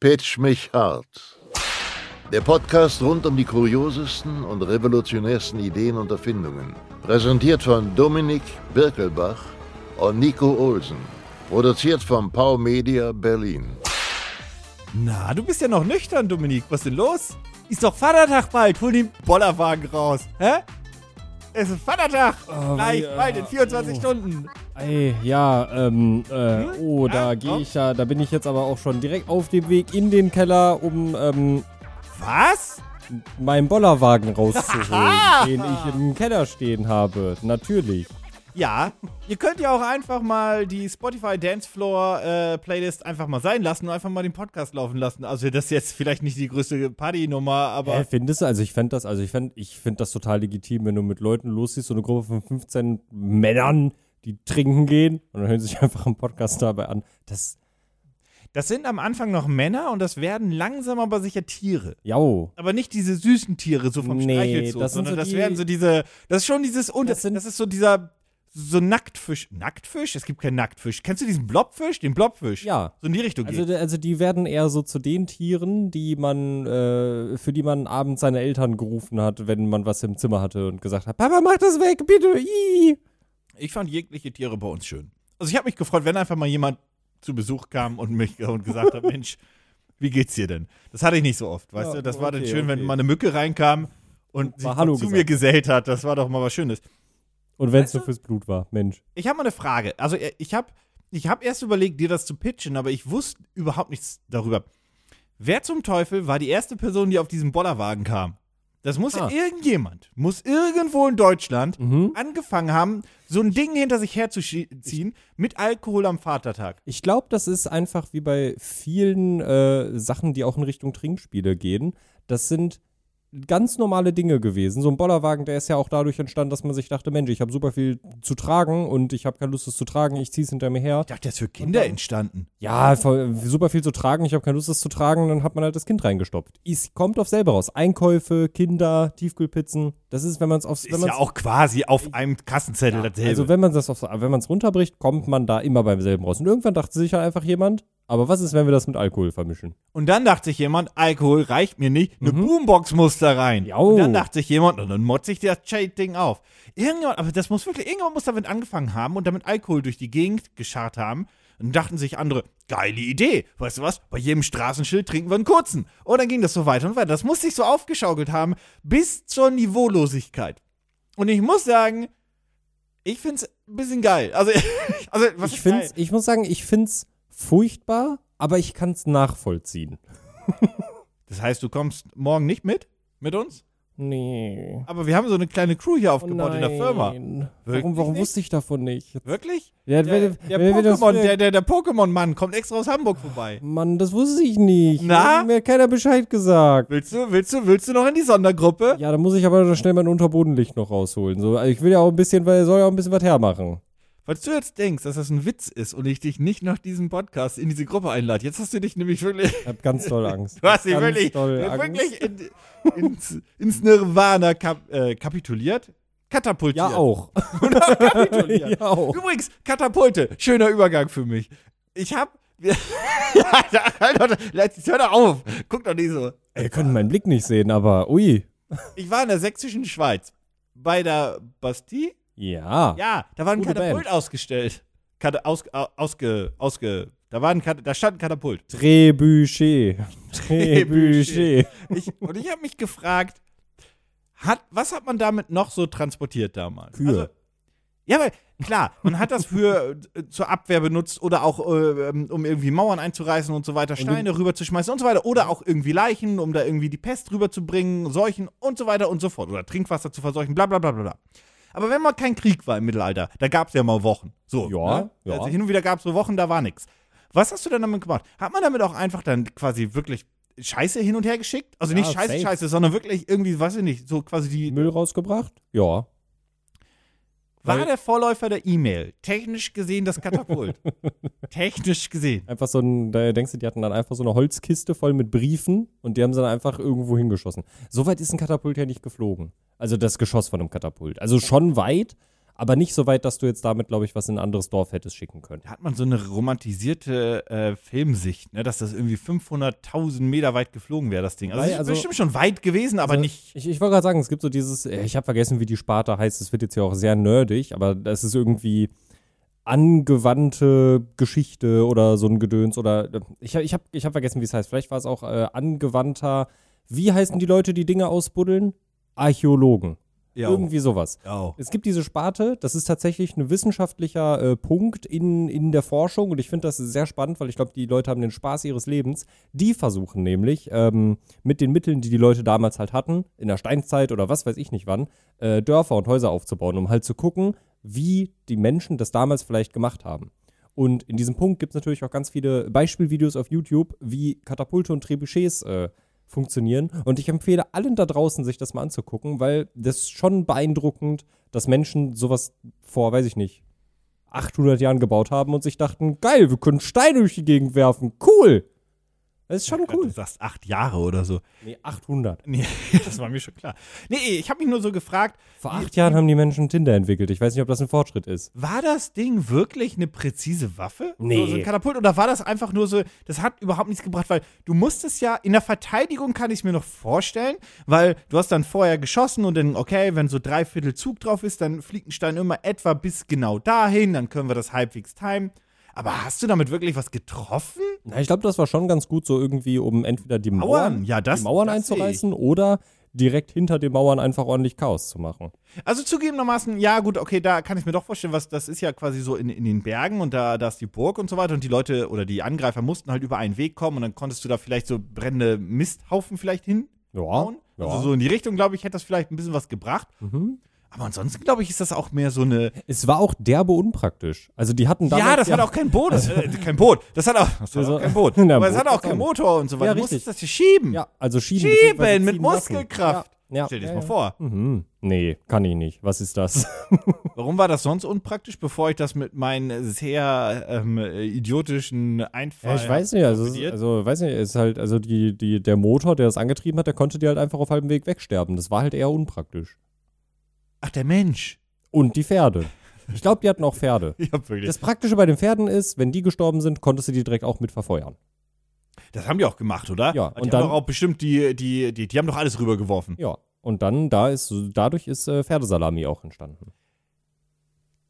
Pitch mich hart. Der Podcast rund um die kuriosesten und revolutionärsten Ideen und Erfindungen. Präsentiert von Dominik Birkelbach und Nico Olsen. Produziert von Pau Media Berlin. Na, du bist ja noch nüchtern, Dominik. Was ist denn los? Ist doch Vatertag bald. Hol den Bollerwagen raus. Hä? Es ist Vatertag. Oh, Gleich, ja. bald in 24 Oh. Stunden. Ey, ja, ähm, äh, Hm? oh, Ja, da gehe komm. ich ja, da bin ich jetzt aber auch schon direkt auf dem Weg in den Keller, um, ähm, Was? meinen Bollerwagen rauszuholen, Haha. den ich im Keller stehen habe. Natürlich. Ja, ihr könnt ja auch einfach mal die Spotify Dancefloor äh, Playlist einfach mal sein lassen und einfach mal den Podcast laufen lassen. Also das ist jetzt vielleicht nicht die größte Partynummer, aber Hä, findest du, also ich fände das, also ich fänd, ich find das total legitim, wenn du mit Leuten losziehst, so eine Gruppe von 15 Männern, die trinken gehen und dann hören sie sich einfach einen Podcast dabei an. Das, das sind am Anfang noch Männer und das werden langsam aber sicher Tiere. jau. Aber nicht diese süßen Tiere so vom Nee, Streichelzoo, das sind sondern so das die- werden so diese, das ist schon dieses, und Das das, sind- ist so dieser, so Nacktfisch. Nacktfisch? Es gibt keinen Nacktfisch. Kennst du diesen Blobfisch? Den Blobfisch? Ja. So in die Richtung Also, geht. d- also die werden eher so zu den Tieren, die man, äh, für die man abends seine Eltern gerufen hat, wenn man was im Zimmer hatte und gesagt hat, Papa, mach das weg, bitte. Ii. Ich fand jegliche Tiere bei uns schön. Also ich habe mich gefreut, wenn einfach mal jemand zu Besuch kam und mich und gesagt hat, Mensch, wie geht's dir denn? Das hatte ich nicht so oft, weißt Ja, du? Das war dann okay, schön, wenn okay. mal eine Mücke reinkam und sich Mal Hallo zu gesagt. mir gesellt hat. Das war doch mal was Schönes. Und wenn es Weißt du? nur fürs Blut war, Mensch. Ich habe mal eine Frage. Also äh, ich habe ich hab erst überlegt, dir das zu pitchen, aber ich wusste überhaupt nichts darüber. Wer zum Teufel war die erste Person, die auf diesen Bollerwagen kam? Das muss Ah. ja irgendjemand, muss irgendwo in Deutschland Mhm. angefangen haben, so ein Ding hinter sich herzuziehen mit Alkohol am Vatertag. Ich glaube, das ist einfach wie bei vielen äh, Sachen, die auch in Richtung Trinkspiele gehen. Das sind ganz normale Dinge gewesen. So ein Bollerwagen, der ist ja auch dadurch entstanden, dass man sich dachte, Mensch, ich habe super viel zu tragen und ich habe keine Lust, es zu tragen, ich ziehe es hinter mir her. Ich dachte, das ist für Kinder entstanden. Ja, voll, super viel zu tragen, ich habe keine Lust, das zu tragen, dann hat man halt das Kind reingestopft. Es kommt auf selber raus. Einkäufe, Kinder, Tiefkühlpizzen, das ist, wenn man es aufs... Ist wenn man's- ja auch quasi auf einem Kassenzettel dasselbe. also wenn man das auf, wenn man es runterbricht, kommt man da immer beim selben raus. Und irgendwann dachte sich halt einfach jemand, aber was ist, wenn wir das mit Alkohol vermischen? Und dann dachte sich jemand, Alkohol reicht mir nicht, Mhm. eine Boombox muss da rein. Jau. Und dann dachte sich jemand, und dann motze ich das Shade-Ding auf. Irgendjemand, aber das muss wirklich, irgendjemand muss damit angefangen haben und damit Alkohol durch die Gegend gescharrt haben. Und dachten sich andere, geile Idee, weißt du was, bei jedem Straßenschild trinken wir einen kurzen. Und dann ging das so weiter und weiter. Das muss sich so aufgeschaukelt haben, bis zur Niveaulosigkeit. Und ich muss sagen, ich find's ein bisschen geil. Also, also was ich ist geil? find's, ich muss sagen, ich find's furchtbar, aber ich kann's nachvollziehen. Das heißt, du kommst morgen nicht mit? Mit uns? Nee. Aber wir haben so eine kleine Crew hier Oh aufgebaut in der Firma. nein. Wirklich Warum, warum nicht? wusste ich davon nicht? Wirklich? Ja, Der, wenn- der wenn wir das- Pokémon, der, der, der Pokémon-Mann kommt extra aus Hamburg vorbei. Mann, das wusste ich nicht. Na? Hat Mir hat keiner Bescheid gesagt. Willst du, willst du, willst du noch in die Sondergruppe? Ja, dann muss ich aber noch schnell mein Unterbodenlicht noch rausholen. So, also ich will ja auch ein bisschen, weil er soll ja auch ein bisschen was hermachen. Falls du jetzt denkst, dass das ein Witz ist und ich dich nicht nach diesem Podcast in diese Gruppe einlade, jetzt hast du dich nämlich wirklich, Ich hab ganz doll Angst. du hast dich ganz wirklich, doll Angst. wirklich in, ins, ins Nirvana kap, äh, kapituliert, katapultiert. Ja, auch. Und auch kapituliert. ja, auch. Übrigens, Katapulte, schöner Übergang für mich. Ich hab. ja, Alter, Alter, jetzt hör doch auf. Guck doch nicht so. Ihr könnt meinen Blick nicht sehen, aber ui. Ich war in der sächsischen Schweiz. Bei der Bastille? Ja. Ja, da war ein Gute Katapult ausgestellt. Kata aus, au- ausge, ausge, da, war ein Kat da stand ein Katapult. Trebuchet. Trebuchet. Ich, und ich habe mich gefragt, hat, was hat man damit noch so transportiert damals? Also, Kühe. ja, weil, klar, man hat das für äh, zur Abwehr benutzt oder auch, äh, ähm, um irgendwie Mauern einzureißen und so weiter, Steine rüberzuschmeißen und so weiter. Oder auch irgendwie Leichen, um da irgendwie die Pest rüberzubringen, Seuchen und so weiter und so fort. Oder Trinkwasser zu verseuchen, bla bla bla bla. bla. Aber wenn mal kein Krieg war im Mittelalter, da gab es ja mal Wochen. So, Ja, ne? ja. Also hin und wieder gab es so Wochen, da war nichts. Was hast du denn damit gemacht? Hat man damit auch einfach dann quasi wirklich Scheiße hin und her geschickt? Also Ja, nicht Scheiße, safe. Scheiße, sondern wirklich irgendwie, weiß ich nicht, so quasi die. Müll rausgebracht? Ja. War weil- der Vorläufer der E-Mail? Technisch gesehen das Katapult. Technisch gesehen. Einfach so ein, da denkst du, die hatten dann einfach so eine Holzkiste voll mit Briefen und die haben sie dann einfach irgendwo hingeschossen. So weit ist ein Katapult ja nicht geflogen. Also das Geschoss von einem Katapult. Also schon weit, aber nicht so weit, dass du jetzt damit, glaube ich, was in ein anderes Dorf hättest schicken können. Da hat man so eine romantisierte äh, Filmsicht, ne? dass das irgendwie 500.000 Meter weit geflogen wäre, das Ding. Also, Weil, es ist also- bestimmt schon weit gewesen, aber Also, nicht. Ich, ich wollte gerade sagen, es gibt so dieses, äh, ich habe vergessen, wie die Sparta heißt, es wird jetzt ja auch sehr nerdig, aber das ist irgendwie angewandte Geschichte oder so ein Gedöns oder äh, ich, ich habe ich hab vergessen, wie es heißt. Vielleicht war es auch äh, angewandter, wie heißen die Leute, die Dinge ausbuddeln? Archäologen. Ja. Irgendwie sowas. Ja. Es gibt diese Sparte, das ist tatsächlich ein wissenschaftlicher äh, Punkt in, in der Forschung und ich finde das sehr spannend, weil ich glaube, die Leute haben den Spaß ihres Lebens. Die versuchen nämlich ähm, mit den Mitteln, die die Leute damals halt hatten, in der Steinzeit oder was weiß ich nicht wann, äh, Dörfer und Häuser aufzubauen, um halt zu gucken, wie die Menschen das damals vielleicht gemacht haben. Und in diesem Punkt gibt es natürlich auch ganz viele Beispielvideos auf YouTube, wie Katapulte und Trebuchets äh, funktionieren. Und ich empfehle allen da draußen, sich das mal anzugucken, weil das ist schon beeindruckend, dass Menschen sowas vor, weiß ich nicht, 800 Jahren gebaut haben und sich dachten, geil, wir können Steine durch die Gegend werfen, cool. Das ist schon Du cool. sagst acht Jahre oder so. Nee, 800. Nee, das war mir schon klar. Nee, ich habe mich nur so gefragt, Vor acht Jahren haben die Menschen Tinder entwickelt. Ich weiß nicht, ob das ein Fortschritt ist. war das Ding wirklich eine präzise Waffe? So, Nee. so ein Katapult? Oder war das einfach nur so, das hat überhaupt nichts gebracht, weil du musstest ja, in der Verteidigung kann ich es mir noch vorstellen, weil du hast dann vorher geschossen und dann, okay, wenn so dreiviertel Zug drauf ist, dann fliegt ein Stein immer etwa bis genau dahin, dann können wir das halbwegs timen. Aber hast du damit wirklich was getroffen? Na, ich glaube, das war schon ganz gut so irgendwie, um entweder die Mauern, Mauern, ja, das- die Mauern das einzureißen oder direkt hinter den Mauern einfach ordentlich Chaos zu machen. Also zugegebenermaßen, ja gut, okay, da kann ich mir doch vorstellen, was das ist ja quasi so in, in den Bergen und da, da ist die Burg und so weiter und die Leute oder die Angreifer mussten halt über einen Weg kommen und dann konntest du da vielleicht so brennende Misthaufen vielleicht hinbauen. Ja. ja. Mhm. Also so in die Richtung, glaube ich, hätte das vielleicht ein bisschen was gebracht. Aber ansonsten, glaube ich, ist das auch mehr so eine. Es war auch derbe unpraktisch. Also die hatten damals ja, das hat auch kein Boot. Das, äh, kein Boot. Das hat auch, das hat Also- auch kein Boot. Na, aber es Boot hat auch ist auch keinen nicht. Motor und so weiter. Ja, du musstest das hier richtig. schieben. Ja, also schieben. beziehungsweise Schieben mit ziehen lassen. Muskelkraft. Ja, ja, Stell dir ja, das mal ja. vor. Mhm. Nee, kann ich nicht. Was ist das? Warum war das sonst unpraktisch, bevor ich das mit meinen sehr ähm, idiotischen Ja, Einfallen. ich weiß nicht, also, es ist- profitiert? also weiß nicht, es ist halt, also die, die, der Motor, der das angetrieben hat, der konnte dir halt einfach auf halbem Weg wegsterben. Das war halt eher unpraktisch. Ach, der Mensch. Und die Pferde. Ich glaube, die hatten auch Pferde. Ich hab wirklich. Das, Das Praktische bei den Pferden ist, wenn die gestorben sind, konntest du die direkt auch mit verfeuern. haben die auch gemacht, oder? Ja, die und haben dann- doch auch bestimmt die, die, die, die haben doch alles rübergeworfen. Ja. Und dann, da ist, dadurch ist äh, Pferdesalami auch entstanden.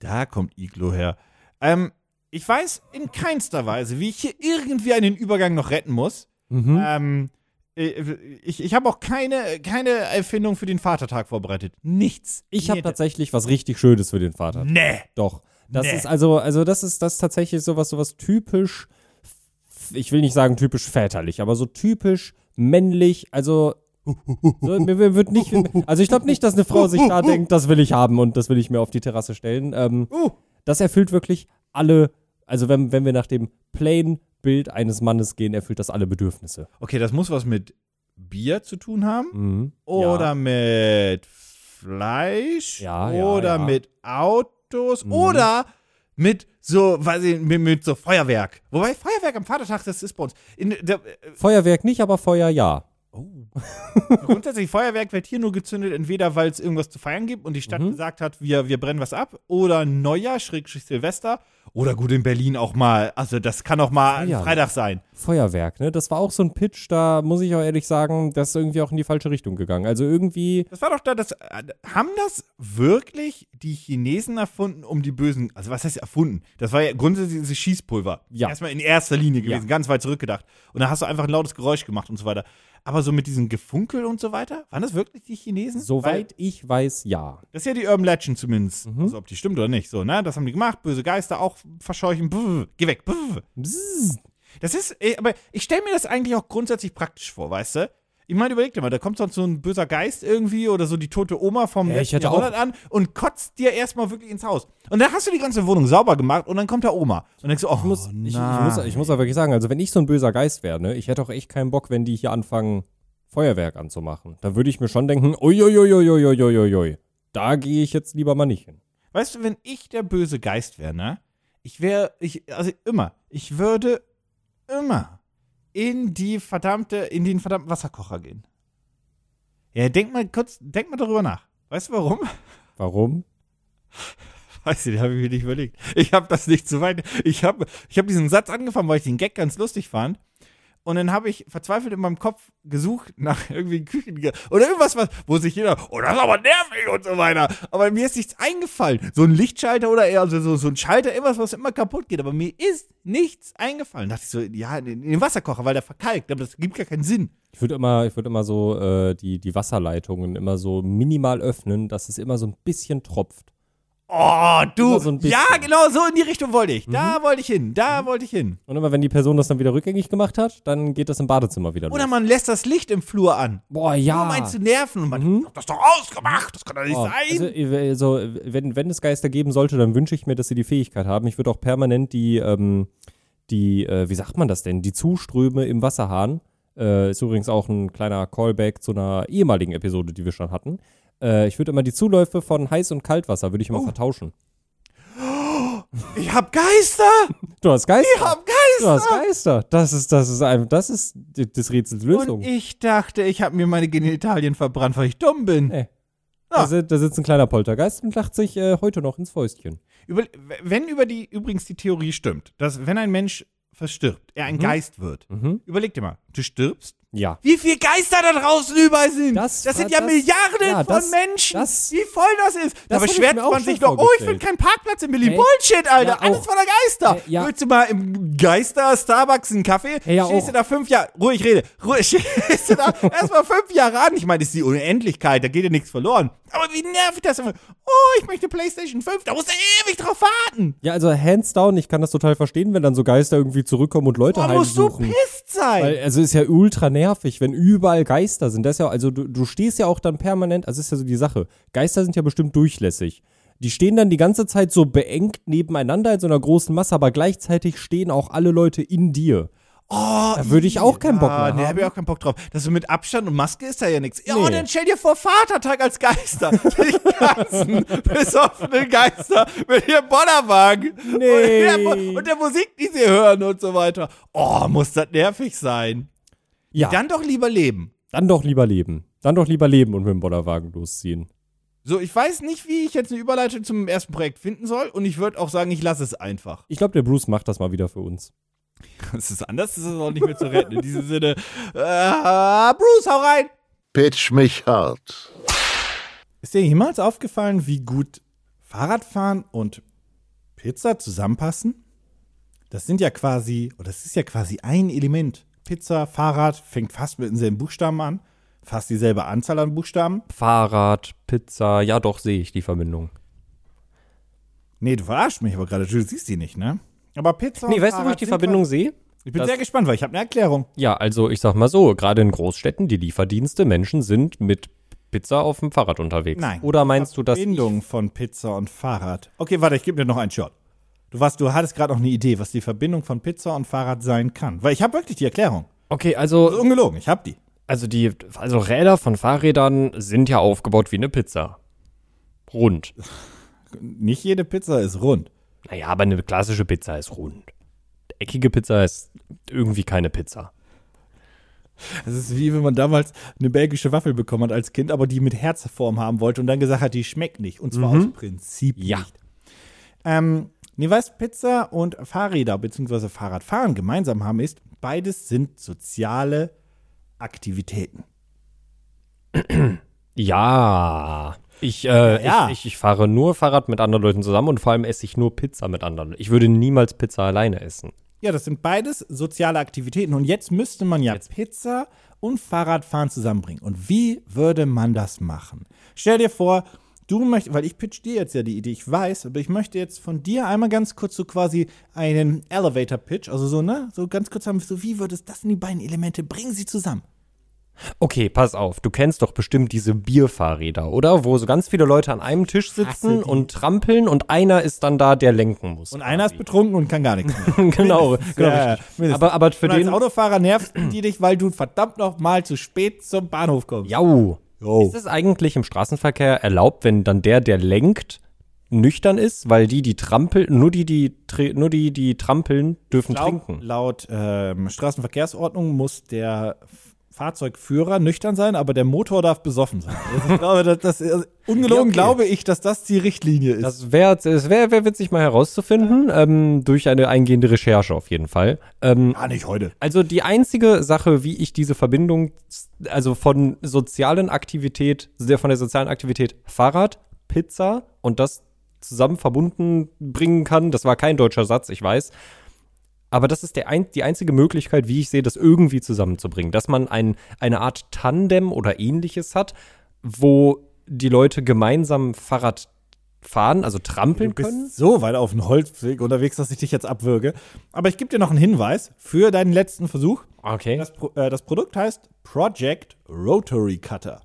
Da kommt Iglo her. Ähm, ich weiß in keinster Weise, wie ich hier irgendwie einen Übergang noch retten muss. Mhm. Ähm, ich ich habe auch keine, keine Erfindung für den Vatertag vorbereitet. Nichts. Ich habe Nee, tatsächlich was richtig Schönes für den Vater. Nee. Doch. Das Nee. ist also, also das ist das ist tatsächlich sowas, sowas typisch, f- ich will nicht sagen typisch väterlich, aber so typisch männlich, also so, mir, mir wird nicht, also ich glaube nicht, dass eine Frau sich da denkt, das will ich haben und das will ich mir auf die Terrasse stellen. Ähm, Uh. das erfüllt wirklich alle, also wenn, wenn wir nach dem plain Bild eines Mannes gehen, erfüllt das alle Bedürfnisse. Okay, das muss was mit Bier zu tun haben. Mhm. Oder Ja. mit Fleisch. Ja, ja, oder ja. Mhm. mit Autos. Oder mit so, weiß ich, mit, mit so Feuerwerk. Wobei Feuerwerk am Vatertag, das ist bei uns. In, der, äh, Feuerwerk nicht, aber Feuer ja. grundsätzlich, Feuerwerk wird hier nur gezündet, entweder weil es irgendwas zu feiern gibt und die Mhm. Stadt gesagt hat, wir, wir brennen was ab. Oder Neujahr, Schrägstrich Silvester. Oder gut in Berlin auch mal. Also, das kann auch mal ein Feiern. Freitag sein. Feuerwerk, ne? Das war auch so ein Pitch, da muss ich auch ehrlich sagen, das ist irgendwie auch in die falsche Richtung gegangen. Also irgendwie, Das war doch da, das. äh, Haben das wirklich die Chinesen erfunden, um die Bösen. Also, was heißt erfunden? Das war ja grundsätzlich dieses Schießpulver. Ja. Erstmal in erster Linie Ja. gewesen, ganz weit zurückgedacht. Und da hast du einfach ein lautes Geräusch gemacht und so weiter. Aber so mit diesem Gefunkel und so weiter, waren das wirklich die Chinesen? Weil soweit ich weiß, ja. Das ist ja die Urban Legend zumindest. Mhm. Also, ob die stimmt oder nicht. So, ne? Das haben die gemacht. Böse Geister auch verscheuchen. Brr, geh weg. Brr. Bzzz. Das ist, äh, aber ich stelle mir das eigentlich auch grundsätzlich praktisch vor, weißt du? Ich meine, überleg dir mal, da kommt sonst so ein böser Geist irgendwie oder so die tote Oma vom Ja, ich letzten hätte auch- Jahrhundert an und kotzt dir erstmal wirklich ins Haus. Und dann hast du die ganze Wohnung sauber gemacht und dann kommt der Oma. Und denkst du, oh, ich muss, Ich, ich, muss, ich muss auch wirklich sagen, also wenn ich so ein böser Geist wäre, ne, ich hätte auch echt keinen Bock, wenn die hier anfangen, Feuerwerk anzumachen. Da würde ich mir schon denken, uiuiuiuiuiuiui, da gehe ich jetzt lieber mal nicht hin. Weißt du, wenn ich der böse Geist wäre, ne? Ich wäre, ich, also immer, ich würde immer in die verdammte, in den verdammten Wasserkocher gehen. Ja, denk mal kurz, denk mal darüber nach. Weißt du warum? Warum? Weißt du, den habe ich mir nicht überlegt. Ich habe das nicht so weit. Ich habe ich hab diesen Satz angefangen, weil ich den Gag ganz lustig fand. Und dann habe ich verzweifelt in meinem Kopf gesucht nach irgendwie Küchen oder irgendwas, was, wo sich jeder, oh, das ist aber nervig und so weiter. Aber mir ist nichts eingefallen. So ein Lichtschalter oder eher also so, so, so ein Schalter, irgendwas, was immer kaputt geht. Aber mir ist nichts eingefallen. Da dachte ich so, ja, in den- in den Wasserkocher, weil der verkalkt. Aber das gibt gar keinen Sinn. Ich würde immer, ich würde immer so äh, die, die Wasserleitungen immer so minimal öffnen, dass es immer so ein bisschen tropft. Oh, du. Immer so ein bisschen. Mhm. ja, genau, so in die Richtung wollte ich. Da wollte ich hin. Da wollte ich hin. Und immer wenn die Person das dann wieder rückgängig gemacht hat, dann geht das im Badezimmer wieder Oder los. man lässt das Licht im Flur an. Boah, ja. Nur meinst du nerven und man, ich hab das doch ausgemacht, das kann doch nicht Oh, sein. Also, äh, so, äh, wenn, wenn es Geister geben sollte, dann wünsche ich mir, dass sie die Fähigkeit haben. Ich würde auch permanent die, ähm, die äh, wie sagt man das denn, die Zuströme im Wasserhahn, äh, ist übrigens auch ein kleiner Callback zu einer ehemaligen Episode, die wir schon hatten. Äh, ich würde immer die Zuläufe von Heiß- und Kaltwasser, würde ich Oh. immer vertauschen. ich hab Geister! Du hast Geister. Ich hab du hast Geister! Geister. Das ist, das ist, ein, das ist d- des Rätsels Lösung. Und ich dachte, ich hab mir meine Genitalien verbrannt, weil ich dumm bin. Nee. Ah. Da, si- da sitzt ein kleiner Poltergeist und lacht sich äh, heute noch ins Fäustchen. Über, wenn über die übrigens die Theorie stimmt, dass wenn ein Mensch verstirbt, er ein Geist wird, Mhm. überleg dir mal, du stirbst, Ja. wie viele Geister da draußen überall sind. Das Das, war- sind ja das- Milliarden ja, von das- Menschen. das- wie voll das ist. Da hab ich beschwert mir auch man schon sich noch, oh, ich vorgestellt. finde keinen Parkplatz in Billy. Hey. Bullshit, Alter. Ja, auch. Alles voller Geister. Hey, ja. Willst du mal im Geister-Starbucks einen Kaffee? Hey, ja, oh. stehst auch. du da fünf Jahre, ruhig rede, ruhig, stehst du da erstmal fünf Jahre an. Ich meine, das ist die Unendlichkeit, da geht dir nichts verloren. Aber wie nervt das immer? Oh, ich möchte Playstation 5, da musst du ewig drauf warten. Ja, also hands down, ich kann das total verstehen, wenn dann so Geister irgendwie zurückkommen und Leute Da musst du heimsuchen. pisst sein. halt Weil, also ist ja ultra nervig, wenn überall Geister sind. Das ist ja, also du, du stehst ja auch dann permanent, also ist ja so die Sache. Geister sind ja bestimmt durchlässig. Die stehen dann die ganze Zeit so beengt nebeneinander in so einer großen Masse, aber gleichzeitig stehen auch alle Leute in dir. Oh, Da würde ich auch keinen Bock mehr Nee, haben. habe ich auch keinen Bock drauf. Das so mit Abstand und Maske ist da ja nichts. Ja, Nee. und dann stell dir vor, Vatertag als Geister. Die ganzen besoffenen Geister mit ihrem Bollerwagen. Nee. Und der, Mu- und der Musik, die sie hören und so weiter. Oh, muss das nervig sein. Ja, dann, Dann doch lieber leben. doch lieber leben. Dann doch lieber leben und mit dem Bollerwagen losziehen. So, ich weiß nicht, wie ich jetzt eine Überleitung zum ersten Projekt finden soll. Und ich würde auch sagen, ich lasse es einfach. Ich glaube, der Bruce macht das mal wieder für uns. Es ist anders, ist es auch nicht mehr zu retten. In diesem Sinne, äh, Bruce, hau rein. Pitch mich hart. Ist dir jemals aufgefallen, wie gut Fahrradfahren und Pizza zusammenpassen? Das sind ja quasi, oder das ist ja quasi ein Element. Pizza, Fahrrad fängt fast mit denselben Buchstaben an, fast dieselbe Anzahl an Buchstaben. Fahrrad, Pizza, ja doch, sehe ich die Verbindung. Nee, du verarschst mich aber gerade, du siehst die nicht, ne? Aber Pizza. und Nee, weißt du, wo Fahrrad ich die sind Verbindung quasi- sehe? Ich bin Das- sehr gespannt, weil ich habe eine Erklärung. Ja, also ich sag mal so, gerade in Großstädten, die Lieferdienste, Menschen sind mit Pizza auf dem Fahrrad unterwegs. Nein. Oder meinst du, dass ich, Verbindung von Pizza und Fahrrad. Okay, warte, ich gebe dir noch einen Shot. Du warst, du hattest gerade noch eine Idee, was die Verbindung von Pizza und Fahrrad sein kann. Weil ich habe wirklich die Erklärung. Okay, also Ungelogen, ich habe die. also die also Räder von Fahrrädern sind ja aufgebaut wie eine Pizza. Rund. Nicht jede Pizza ist rund. Naja, aber eine klassische Pizza ist rund. Eckige Pizza ist irgendwie keine Pizza. Es ist wie wenn man damals eine belgische Waffel bekommen hat als Kind, aber die mit Herzform haben wollte und dann gesagt hat, die schmeckt nicht. Und zwar aus Prinzip Ja. nicht. Ähm, nee, weißt, Pizza und Fahrräder bzw. Fahrradfahren gemeinsam haben ist, beides sind soziale Aktivitäten. Ja. Ich, äh, ja. Ich, ich, ich fahre nur Fahrrad mit anderen Leuten zusammen und vor allem esse ich nur Pizza mit anderen. Ich würde niemals Pizza alleine essen. Ja, das sind beides soziale Aktivitäten. Und jetzt müsste man ja Pizza und Fahrradfahren zusammenbringen. Und wie würde man das machen? Stell dir vor, du möchtest, weil ich pitch dir jetzt ja die Idee, ich weiß, aber ich möchte jetzt von dir einmal ganz kurz so quasi einen Elevator-Pitch, also so, ne? So ganz kurz haben, so wie würdest das sind die beiden Elemente, bringen sie zusammen. Okay, pass auf, du kennst doch bestimmt diese Bierfahrräder, oder? Wo so ganz viele Leute an einem Tisch sitzen und trampeln und einer ist dann da, der lenken muss. Und einer ist betrunken und kann gar nichts mehr. genau, genau. Ja, richtig. mindestens. aber, aber für Und als den. Autofahrer nervst die dich, weil du verdammt nochmal zu spät zum Bahnhof kommst. Jau. Jo. Ist es eigentlich im Straßenverkehr erlaubt, wenn dann der, der lenkt, nüchtern ist, weil die, die trampeln, nur die, die, tre- nur die, die trampeln, dürfen Laut, trinken. laut ähm, Straßenverkehrsordnung muss der F- Fahrzeugführer nüchtern sein, aber der Motor darf besoffen sein. Also ich glaube, das, das, also ungelogen Ja, okay. glaube ich, dass das die Richtlinie ist. Das wäre es wär, wär witzig mal herauszufinden, ähm, durch eine eingehende Recherche auf jeden Fall. Ähm, Gar nicht heute. also die einzige Sache, wie ich diese Verbindung, also von sozialen Aktivität, der von der sozialen Aktivität Fahrrad, Pizza und das zusammen verbunden bringen kann, das war kein deutscher Satz, ich weiß. Aber das ist der ein, die einzige Möglichkeit, wie ich sehe, das irgendwie zusammenzubringen. Dass man ein, eine Art Tandem oder ähnliches hat, wo die Leute gemeinsam Fahrrad fahren, also trampeln Du bist können. so weit auf dem Holzweg unterwegs, dass ich dich jetzt abwürge. Aber ich gebe dir noch einen Hinweis für deinen letzten Versuch. Okay. Das, Pro äh, das Produkt heißt Project Rotary Cutter.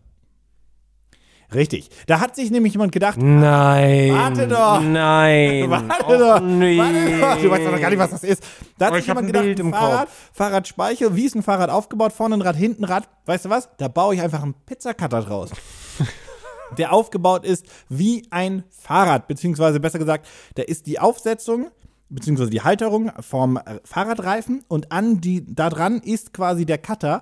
Richtig. Da hat sich nämlich jemand gedacht, Nein. Warte doch. Nein. Oh. Warte Och, doch, nee. warte doch. Du weißt doch noch gar nicht, was das ist. Da hat Aber sich ich hab jemand ein gedacht, Bild im Fahrrad, Fahrradspeichel, wie ist ein Fahrrad aufgebaut? Vorne ein Rad, hinten ein Rad. Weißt du was? Da baue ich einfach einen Pizzacutter draus. der aufgebaut ist wie ein Fahrrad, beziehungsweise besser gesagt, da ist die Aufsetzung beziehungsweise die Halterung vom äh, Fahrradreifen und an die da dran ist quasi der Cutter,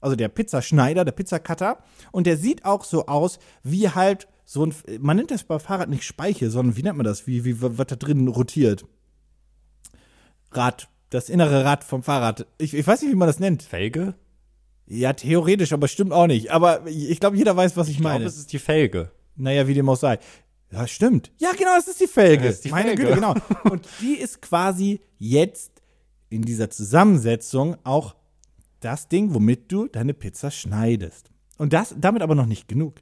also der Pizzaschneider, der Pizzacutter und der sieht auch so aus wie halt so ein man nennt das bei Fahrrad nicht Speichel, sondern wie nennt man das, wie wie was da drin rotiert. Rad, das innere Rad vom Fahrrad. Ich, ich weiß nicht, wie man das nennt. Felge? Ja, theoretisch, aber stimmt auch nicht. Aber ich glaube, jeder weiß, was ich, Ich meine. glaube, es ist die Felge. Naja, wie dem auch sei. Ja, stimmt. Ja, genau, das ist die Felge. Das ist die Meine Felge. Güte, genau. Und die ist quasi jetzt in dieser Zusammensetzung auch das Ding, womit du deine Pizza schneidest. Und das damit aber noch nicht genug.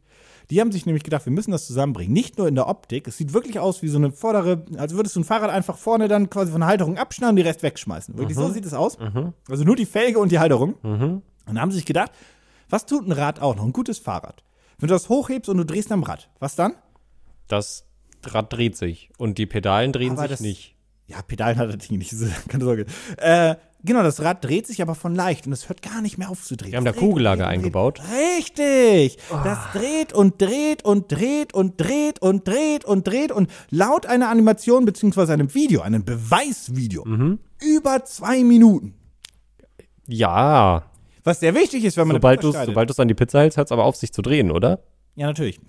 Die haben sich nämlich gedacht, wir müssen das zusammenbringen. Nicht nur in der Optik, es sieht wirklich aus wie so eine vordere, als würdest du ein Fahrrad einfach vorne dann quasi von der Halterung abschneiden und die Rest wegschmeißen. Wirklich, Mhm. so sieht es aus. Also nur die Felge und die Halterung. Und haben sich gedacht, was tut ein Rad auch noch? Ein gutes Fahrrad. Wenn du das hochhebst und du drehst am Rad, was dann? Das Rad dreht sich und die Pedalen drehen Aber sich das- nicht. Ja, Pedalen hat das Ding nicht, keine Sorge. Äh, genau, das Rad dreht sich aber von leicht und es hört gar nicht mehr auf zu drehen. Wir haben da Es dreht und Kugellager dreht und eingebaut. Oh. dreht. Richtig! Das dreht und dreht und dreht und dreht und dreht und dreht und laut einer Animation beziehungsweise einem Video, einem Beweisvideo, Mhm. über zwei Minuten. Ja. Was sehr wichtig ist, wenn man eine Sobald Pizza du schneidet. sobald du's an die Pizza hältst, hört es aber auf, sich zu drehen, oder? Ja, natürlich.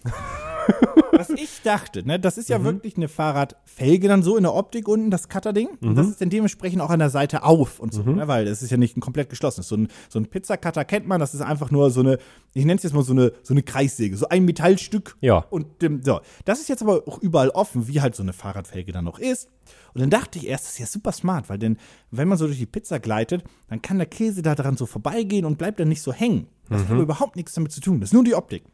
Was ich dachte, ne, das ist ja wirklich eine Fahrradfelge dann so in der Optik unten, das Cutterding. Und das ist dann dementsprechend auch an der Seite auf und so, ne, weil das ist ja nicht ein komplett geschlossenes. So ein, so ein Pizzacutter kennt man, das ist einfach nur so eine, ich nenne es jetzt mal so eine, so eine Kreissäge, so ein Metallstück. Ja. Und dem, so. Das ist jetzt aber auch überall offen, wie halt so eine Fahrradfelge dann noch ist. Und dann dachte ich erst, das ist ja super smart, weil denn, wenn man so durch die Pizza gleitet, dann kann der Käse da dran so vorbeigehen und bleibt dann nicht so hängen. Das hat aber überhaupt nichts damit zu tun. Das ist nur die Optik.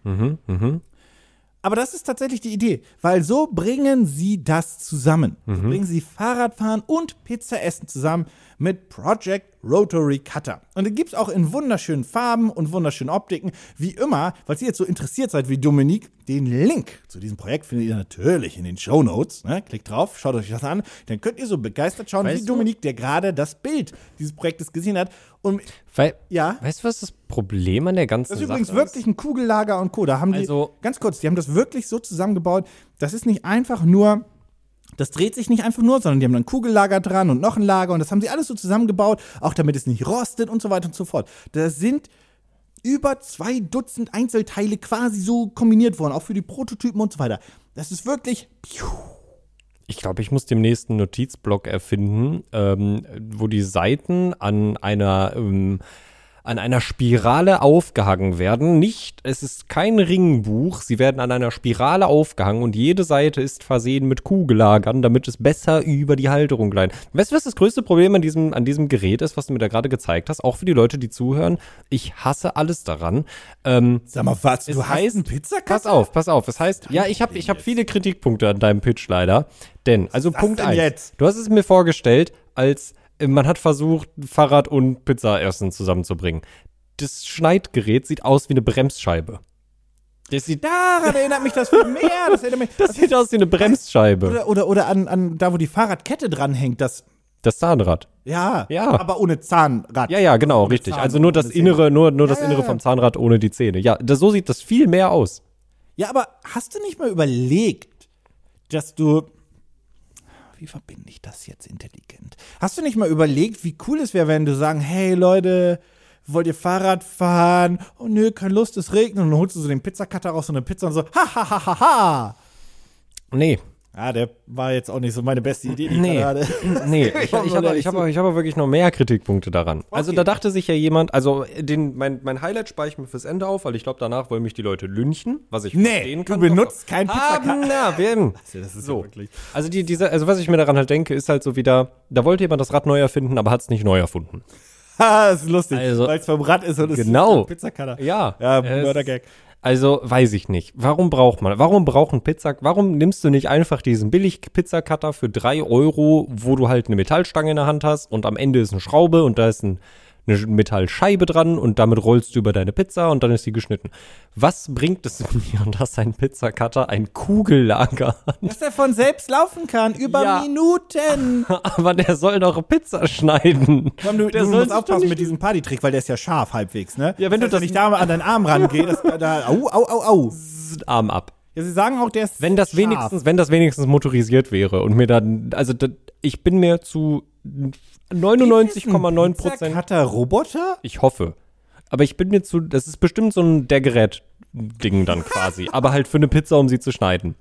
Aber das ist tatsächlich die Idee, weil so bringen sie das zusammen. So Mhm. bringen sie Fahrradfahren und Pizzaessen zusammen mit Project Rotary Cutter. Und den gibt es auch in wunderschönen Farben und wunderschönen Optiken. Wie immer, falls ihr jetzt so interessiert seid wie Dominik, den Link zu diesem Projekt findet ihr natürlich in den Show Notes. Ne? Klickt drauf, schaut euch das an. Dann könnt ihr so begeistert schauen Weißt wie du- Dominik, der gerade das Bild dieses Projektes gesehen hat. Und Weil, Ja. Weißt du, was das Problem an der ganzen das ist Sache übrigens wirklich ein Kugellager und Co. Da haben die, Also- ganz kurz, die haben das wirklich so zusammengebaut. Das ist nicht einfach nur, das dreht sich nicht einfach nur, sondern die haben ein Kugellager dran und noch ein Lager und das haben sie alles so zusammengebaut, auch damit es nicht rostet und so weiter und so fort. Da sind über zwei Dutzend Einzelteile quasi so kombiniert worden, auch für die Prototypen und so weiter. Das ist wirklich Ich glaube, ich muss demnächst einen Notizblock erfinden, ähm, wo die Seiten an einer ähm, an einer Spirale aufgehangen werden. Nicht, es ist kein Ringbuch, sie werden an einer Spirale aufgehangen und jede Seite ist versehen mit Kugellagern, damit es besser über die Halterung gleitet. Weißt du, was das größte Problem an diesem, an diesem Gerät ist, was du mir da gerade gezeigt hast? Auch für die Leute, die zuhören. Ich hasse alles daran. Ähm, Sag mal, was? es Du heißt- heißt einen Pizzakasten? Pass auf, pass auf. Das heißt, ja, ich habe ich hab viele Kritikpunkte an deinem Pitch leider. Denn, also das Punkt denn 1. jetzt? Du hast es mir vorgestellt, als äh, man hat versucht, Fahrrad und Pizzaessen zusammenzubringen. Das Schneidgerät sieht aus wie eine Bremsscheibe. Das sieht, Daran erinnert mich das viel mehr. Das erinnert mich. das sieht aus wie eine Bremsscheibe. oder oder, oder an, an da, wo die Fahrradkette dranhängt, das Das Zahnrad. Ja, Ja. aber ohne Zahnrad. Ja, ja, genau, richtig. Zahn Also nur das ohne Zähne. Innere, nur, nur das ja, Innere ja. vom Zahnrad ohne die Zähne. Ja, das, so sieht das viel mehr aus. Ja, aber hast du nicht mal überlegt, dass du. Wie verbinde ich das jetzt intelligent? Hast du nicht mal überlegt, wie cool es wäre, wenn du sagen, hey Leute, wollt ihr Fahrrad fahren? Oh nö, keine Lust, es regnet. Und dann holst du so den Pizzacutter raus und eine Pizza und so, ha, ha, ha, ha, ha. Nee, Ja, der war jetzt auch nicht so meine beste Idee, die Nee. ich gerade. nee, ich, ich Komm, habe oder ich hab, ich hab aber wirklich noch mehr Kritikpunkte daran. Also da Okay. dachte sich ja jemand, also den, mein, mein Highlight spare ich mir fürs Ende auf, weil ich glaube, danach wollen mich die Leute lynchen, was ich Nee, verstehen du kann. benutzt keinen Pizzakarten. Pizzakarten. na, wir, Das ist so. ja wirklich. Also, die, diese, also was ich mir daran halt denke, ist halt so wieder, da wollte jemand das Rad neu erfinden, aber hat es nicht neu erfunden. Ha, das ist lustig, Also- weil es vom Rad ist und es ist Genau. ein Pizzacutter. Ja. Ja, Es- Mördergag. Also weiß ich nicht. Warum braucht man? Warum braucht ein Pizza? Warum nimmst du nicht einfach diesen Billig-Pizza-Cutter für 3 Euro, wo du halt eine Metallstange in der Hand hast und am Ende ist eine Schraube und da ist ein, eine Metallscheibe dran und damit rollst du über deine Pizza und dann ist sie geschnitten. Was bringt es mir, dass ein Pizza-Cutter ein Kugellager hat? Dass er von selbst laufen kann, über Ja. Minuten. Aber der soll doch Pizza schneiden. Komm, du, der du soll musst sich doch aufpassen nicht- mit diesem Partytrick, weil der ist ja scharf halbwegs, ne? Ja, wenn du heißt, wenn ich da mal an deinen Arm rangehe, das, da, au, au, au, au. Arm ab. Ja, sie sagen auch, der ist Wenn das scharf. wenigstens, wenn das wenigstens motorisiert wäre und mir dann, also da, ich bin mir zu 99,9 Prozent, Hat er Roboter? ich hoffe, aber ich bin mir zu, das ist bestimmt so ein der Gerät Ding dann quasi, aber halt für eine Pizza, um sie zu schneiden.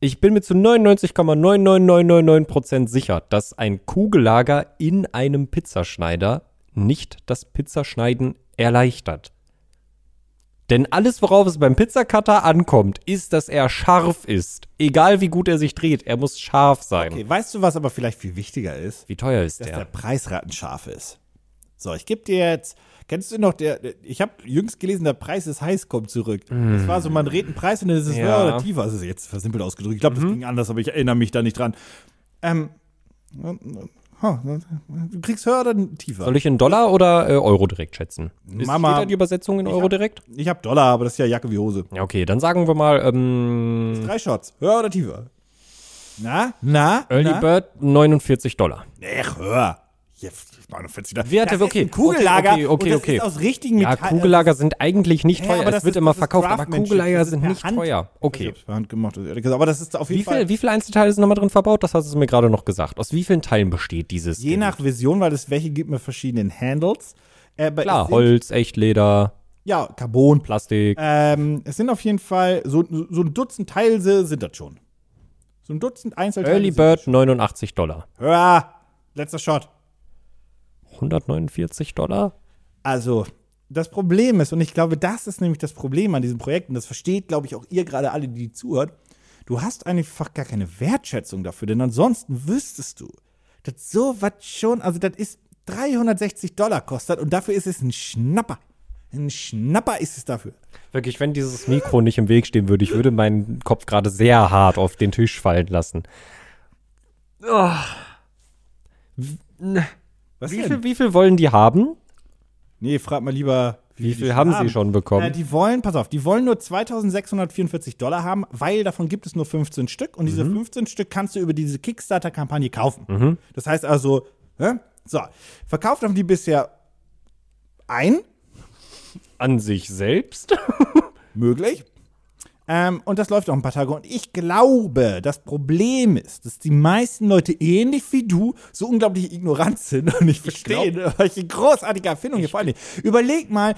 Ich bin mir zu 99,99999 Prozent sicher, dass ein Kugellager in einem Pizzaschneider nicht das Pizzaschneiden erleichtert. Denn alles, worauf es beim Pizzacutter ankommt, ist, dass er scharf ist. Egal wie gut er sich dreht, er muss scharf sein. Okay, weißt du, was aber vielleicht viel wichtiger ist? Wie teuer ist Dass der? der Preis rattenscharf ist. So, ich gebe dir jetzt. Kennst du noch der? Ich habe jüngst gelesen, der Preis ist heiß, kommt zurück. Das war so, man redet einen Preis und dann ist es Ja. Mhm. höher oder tiefer. Also jetzt versimpelt ausgedrückt. Ich glaube, das ging anders, aber ich erinnere mich da nicht dran. Ähm, ha, du kriegst höher oder tiefer. Soll ich in Dollar oder äh, Euro direkt schätzen? Ist, Mama. Steht da die Übersetzung in Euro direkt? Ich habe Dollar, aber das ist ja Jacke wie Hose. Ja, okay, dann sagen wir mal ähm, Drei Shots, höher oder tiefer? Na, na, Early na? Bird 49 Dollar. Ach, hör. Jetzt 49 Dollar. Werte, das okay, Ist ein Kugellager. okay, okay, und das okay. ist aus richtigen Ja, Metall. Kugellager sind eigentlich nicht Hä, teuer. also aber Es das wird ist- immer das ist verkauft, aber Craftsmanship. Kugellager Das ist sind per nicht Hand. teuer. Also, Ich Okay. hab's per Hand gemacht, ehrlich gesagt. Aber das ist auf jeden Wie, Fall. viel, wie viele Einzelteile sind nochmal drin verbaut? Das hast du mir gerade noch gesagt. Aus wie vielen Teilen besteht dieses? je Ding? nach Version, weil es welche gibt mit verschiedenen Handles. Äh, aber es Klar, sind- Holz, Echtleder, Ja, Carbon. Plastik. Ähm, es sind auf jeden Fall so, so ein Dutzend Teile sind das schon. So ein Dutzend Einzelteile. Early sind- Bird 89 Dollar. Hör! Letzter Shot. 149 Dollar? Also, das Problem ist, und ich glaube, das ist nämlich das Problem an diesen Projekten, das versteht, glaube ich, auch ihr gerade alle, die zuhört, du hast einfach gar keine Wertschätzung dafür, denn ansonsten wüsstest du, dass sowas schon, also das ist 360 Dollar kostet und dafür ist es ein Schnapper. Ein Schnapper ist es dafür. Wirklich, wenn dieses Mikro nicht im Weg stehen würde, ich würde meinen Kopf gerade sehr hart auf den Tisch fallen lassen. Was Wie viel, wie viel wollen die haben? Nee, frag mal lieber, Wie viel die haben sie schon bekommen? Äh, die wollen, pass auf, die wollen nur 2644 Dollar haben, weil davon gibt es nur 15 Stück und Mhm. diese 15 Stück kannst du über diese Kickstarter-Kampagne kaufen. Das heißt also, hä? so, verkauft haben die bisher ein, An sich selbst? möglich. Ähm, und das läuft noch ein paar Tage. Und ich glaube, das Problem ist, dass die meisten Leute ähnlich wie du so unglaublich ignorant sind und nicht verstehen, welche großartige Erfindung hier vor allem. Überleg mal,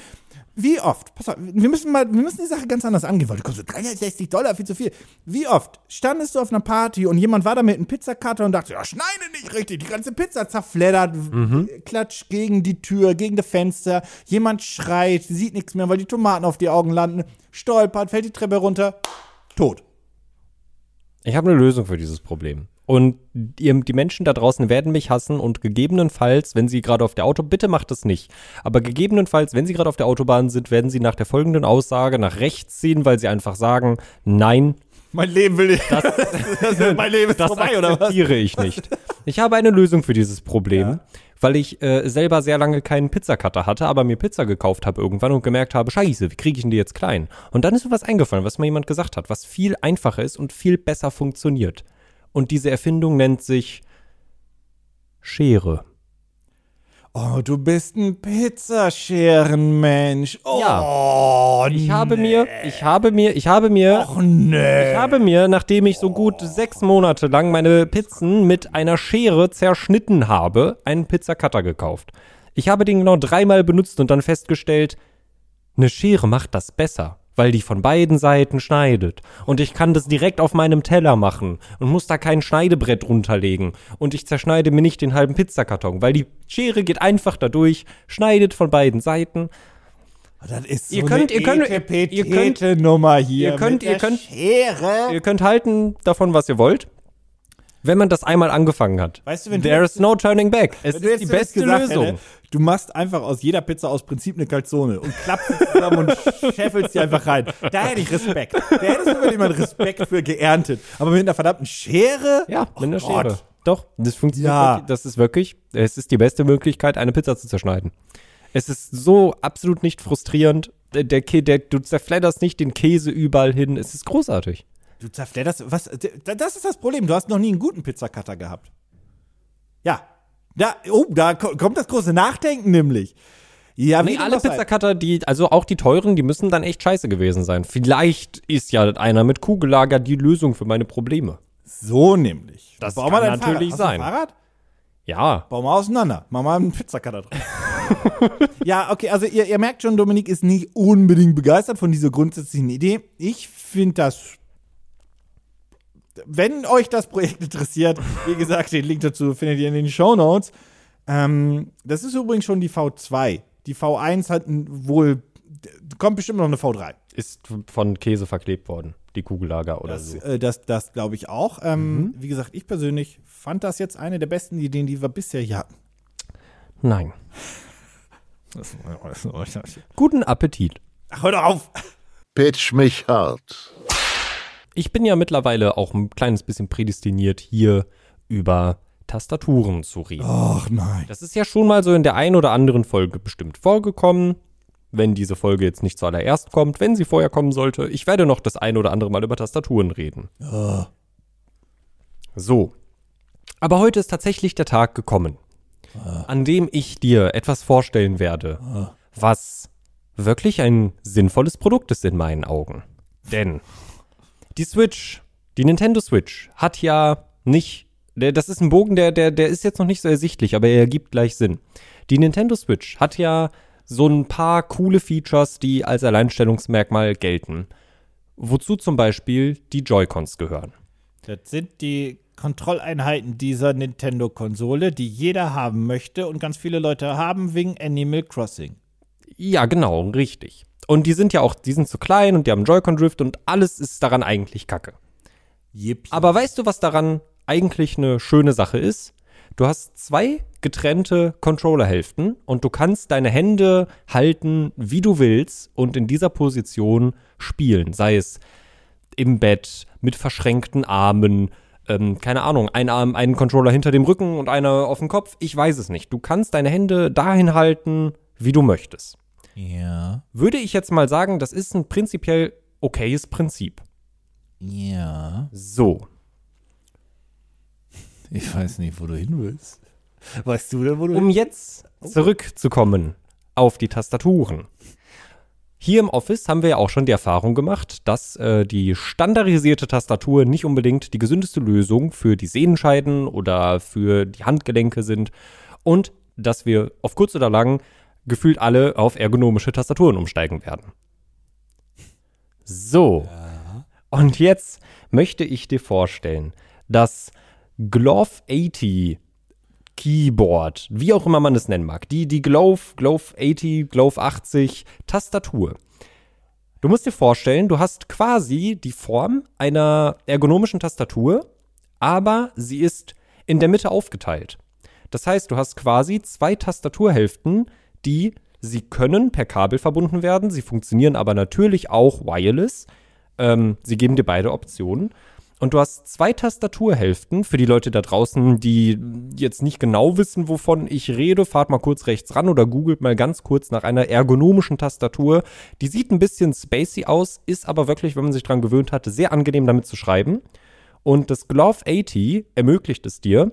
wie oft, pass auf, wir müssen mal, wir müssen die Sache ganz anders angehen, weil du kostet 360 Dollar, viel zu viel. Wie oft standest du auf einer Party und jemand war da mit einem Pizzakarter und dachte, ja, schneide nicht richtig, die ganze Pizza zerfleddert, Mhm. klatscht gegen die Tür, gegen das Fenster, jemand schreit, sieht nichts mehr, weil die Tomaten auf die Augen landen, stolpert, fällt die Treppe runter, tot. Ich habe eine Lösung für dieses Problem. Und die, die Menschen da draußen werden mich hassen und gegebenenfalls, wenn sie gerade auf der Autobahn, bitte macht das nicht, aber gegebenenfalls, wenn sie gerade auf der Autobahn sind, werden sie nach der folgenden Aussage nach rechts ziehen, weil sie einfach sagen, nein, Mein Leben will ich. Das, mein Leben ist das vorbei, oder was? akzeptiere ich nicht. Ich habe eine Lösung für dieses Problem, weil ich äh, selber sehr lange keinen Pizzacutter hatte, aber mir Pizza gekauft habe irgendwann und gemerkt habe, scheiße, wie kriege ich denn die jetzt klein? Und dann ist mir was eingefallen, was mir jemand gesagt hat, was viel einfacher ist und viel besser funktioniert. Und diese Erfindung nennt sich Schere. Oh, du bist ein Pizzascherenmensch. Oh, Ich habe mir, ich habe mir, ich habe mir, Och, nee. ich habe mir, nachdem ich so gut sechs Monate lang meine Pizzen mit einer Schere zerschnitten habe, einen Pizzacutter gekauft. Ich habe den genau dreimal benutzt und dann festgestellt, eine Schere macht das besser, weil die von beiden Seiten schneidet. Und ich kann das direkt auf meinem Teller machen und muss da kein Schneidebrett runterlegen. Und ich zerschneide mir nicht den halben Pizzakarton, weil die Schere geht einfach da durch, schneidet von beiden Seiten. Das ist Ihr könnt- ihr könnt- ihr könnt- Nummer hier. ihr mit könnt- ihr der könnt- Schere. Ihr könnt halten davon, was ihr wollt. Wenn man das einmal angefangen hat. Weißt du, wenn du There jetzt- is no turning back. Es Wenn du jetzt ist die beste gesagt Lösung. Hätte, ne? du machst einfach aus jeder Pizza aus Prinzip eine Calzone und klappst sie zusammen und scheffelst sie einfach rein. Da hätte ich Respekt. Da hättest du jemand Respekt für geerntet. Aber mit einer verdammten Schere? Ja, Och mit einer Schere. Oh Gott. Doch, das funktioniert. Ja. wirklich. Das ist wirklich, es ist die beste Möglichkeit, eine Pizza zu zerschneiden. Es ist so absolut nicht frustrierend. Der, der, Kä- der, du zerfledderst nicht den Käse überall hin. Es ist großartig. Du zerfledderst. Was, d- das ist das Problem. Du hast noch nie einen guten Pizzacutter gehabt. Ja. Da, oh, da ko- kommt das große Nachdenken nämlich. Ja, wie Nee, dem alle auch sei. Pizzacutter, die, also auch die teuren, die müssen dann echt scheiße gewesen sein. Vielleicht ist ja einer mit Kugellager die Lösung für meine Probleme. So nämlich. Das Bau kann dein Fahrrad. natürlich Hast du ein sein. Fahrrad? Ja, Bau mal auseinander. Mach mal einen Pizzacutter dran. ja, okay, also ihr, ihr merkt schon, Dominik ist nicht unbedingt begeistert von dieser grundsätzlichen Idee. Ich finde das. Wenn euch das Projekt interessiert, wie gesagt, den Link dazu findet ihr in den Show Notes. Ähm, das ist übrigens schon die V2. Die V1 hat n- wohl. d- Kommt bestimmt noch eine V3. ist von Käse verklebt worden, die Kugellager oder Das, so. äh, das, das glaube ich auch. Ähm, Wie gesagt, ich persönlich fand das jetzt eine der besten Ideen, die wir bisher hier hatten. Nein. Guten Appetit. Ach, hör doch auf! Pitch mich hart. Ich bin ja mittlerweile auch ein kleines bisschen prädestiniert, hier über Tastaturen zu reden. Ach nein. Das ist ja schon mal so in der einen oder anderen Folge bestimmt vorgekommen. Wenn diese Folge jetzt nicht zuallererst kommt, wenn sie vorher kommen sollte, ich werde noch das ein oder andere Mal über Tastaturen reden. So. Aber heute ist tatsächlich der Tag gekommen, an dem ich dir etwas vorstellen werde, was wirklich ein sinnvolles Produkt ist in meinen Augen. Denn die Switch, die Nintendo Switch, hat ja nicht. Der, das ist ein Bogen, der, der, der ist jetzt noch nicht so ersichtlich, aber er ergibt gleich Sinn. Die Nintendo Switch hat ja so ein paar coole Features, die als Alleinstellungsmerkmal gelten. Wozu zum Beispiel die Joy-Cons gehören. Das sind die Kontrolleinheiten dieser Nintendo-Konsole, die jeder haben möchte und ganz viele Leute haben wegen Animal Crossing. Ja, genau, richtig. Und die sind ja auch, die sind zu klein und die haben Joy-Con-Drift und alles ist daran eigentlich kacke. Yep. Aber weißt du, was daran eigentlich eine schöne Sache ist? Du hast zwei getrennte Controllerhälften und du kannst deine Hände halten, wie du willst und in dieser Position spielen. Sei es im Bett mit verschränkten Armen, ähm, keine Ahnung, ein Arm, einen Controller hinter dem Rücken und einer auf dem Kopf. Ich weiß es nicht. Du kannst deine Hände dahin halten, wie du möchtest Ja, würde ich jetzt mal sagen, das ist ein prinzipiell okayes Prinzip. ja. So. Ich weiß nicht, wo du hin willst. Weißt du denn, wo du Oh. Um jetzt zurückzukommen auf die Tastaturen. Hier im Office haben wir ja auch schon die Erfahrung gemacht, dass äh, die standardisierte Tastatur nicht unbedingt die gesündeste Lösung für die Sehenscheiden oder für die Handgelenke sind und dass wir auf kurz oder lang gefühlt alle auf ergonomische Tastaturen umsteigen werden. So. Und jetzt möchte ich dir vorstellen, dass Glove 80 Keyboard, wie auch immer man es nennen mag, die, die Glove, Glove 80, Glove 80 Tastatur. Du musst dir vorstellen, du hast quasi die Form einer ergonomischen Tastatur, aber sie ist in der Mitte aufgeteilt. Das heißt, du hast quasi zwei Tastaturhälften, die sie können per Kabel verbunden werden, sie funktionieren aber natürlich auch wireless. Ähm, sie geben dir beide Optionen. Und du hast zwei Tastaturhälften für die Leute da draußen, die jetzt nicht genau wissen, wovon ich rede. Fahrt mal kurz rechts ran oder googelt mal ganz kurz nach einer ergonomischen Tastatur. Die sieht ein bisschen spacey aus, ist aber wirklich, wenn man sich dran gewöhnt hatte, sehr angenehm damit zu schreiben. Und das Glove 80 ermöglicht es dir,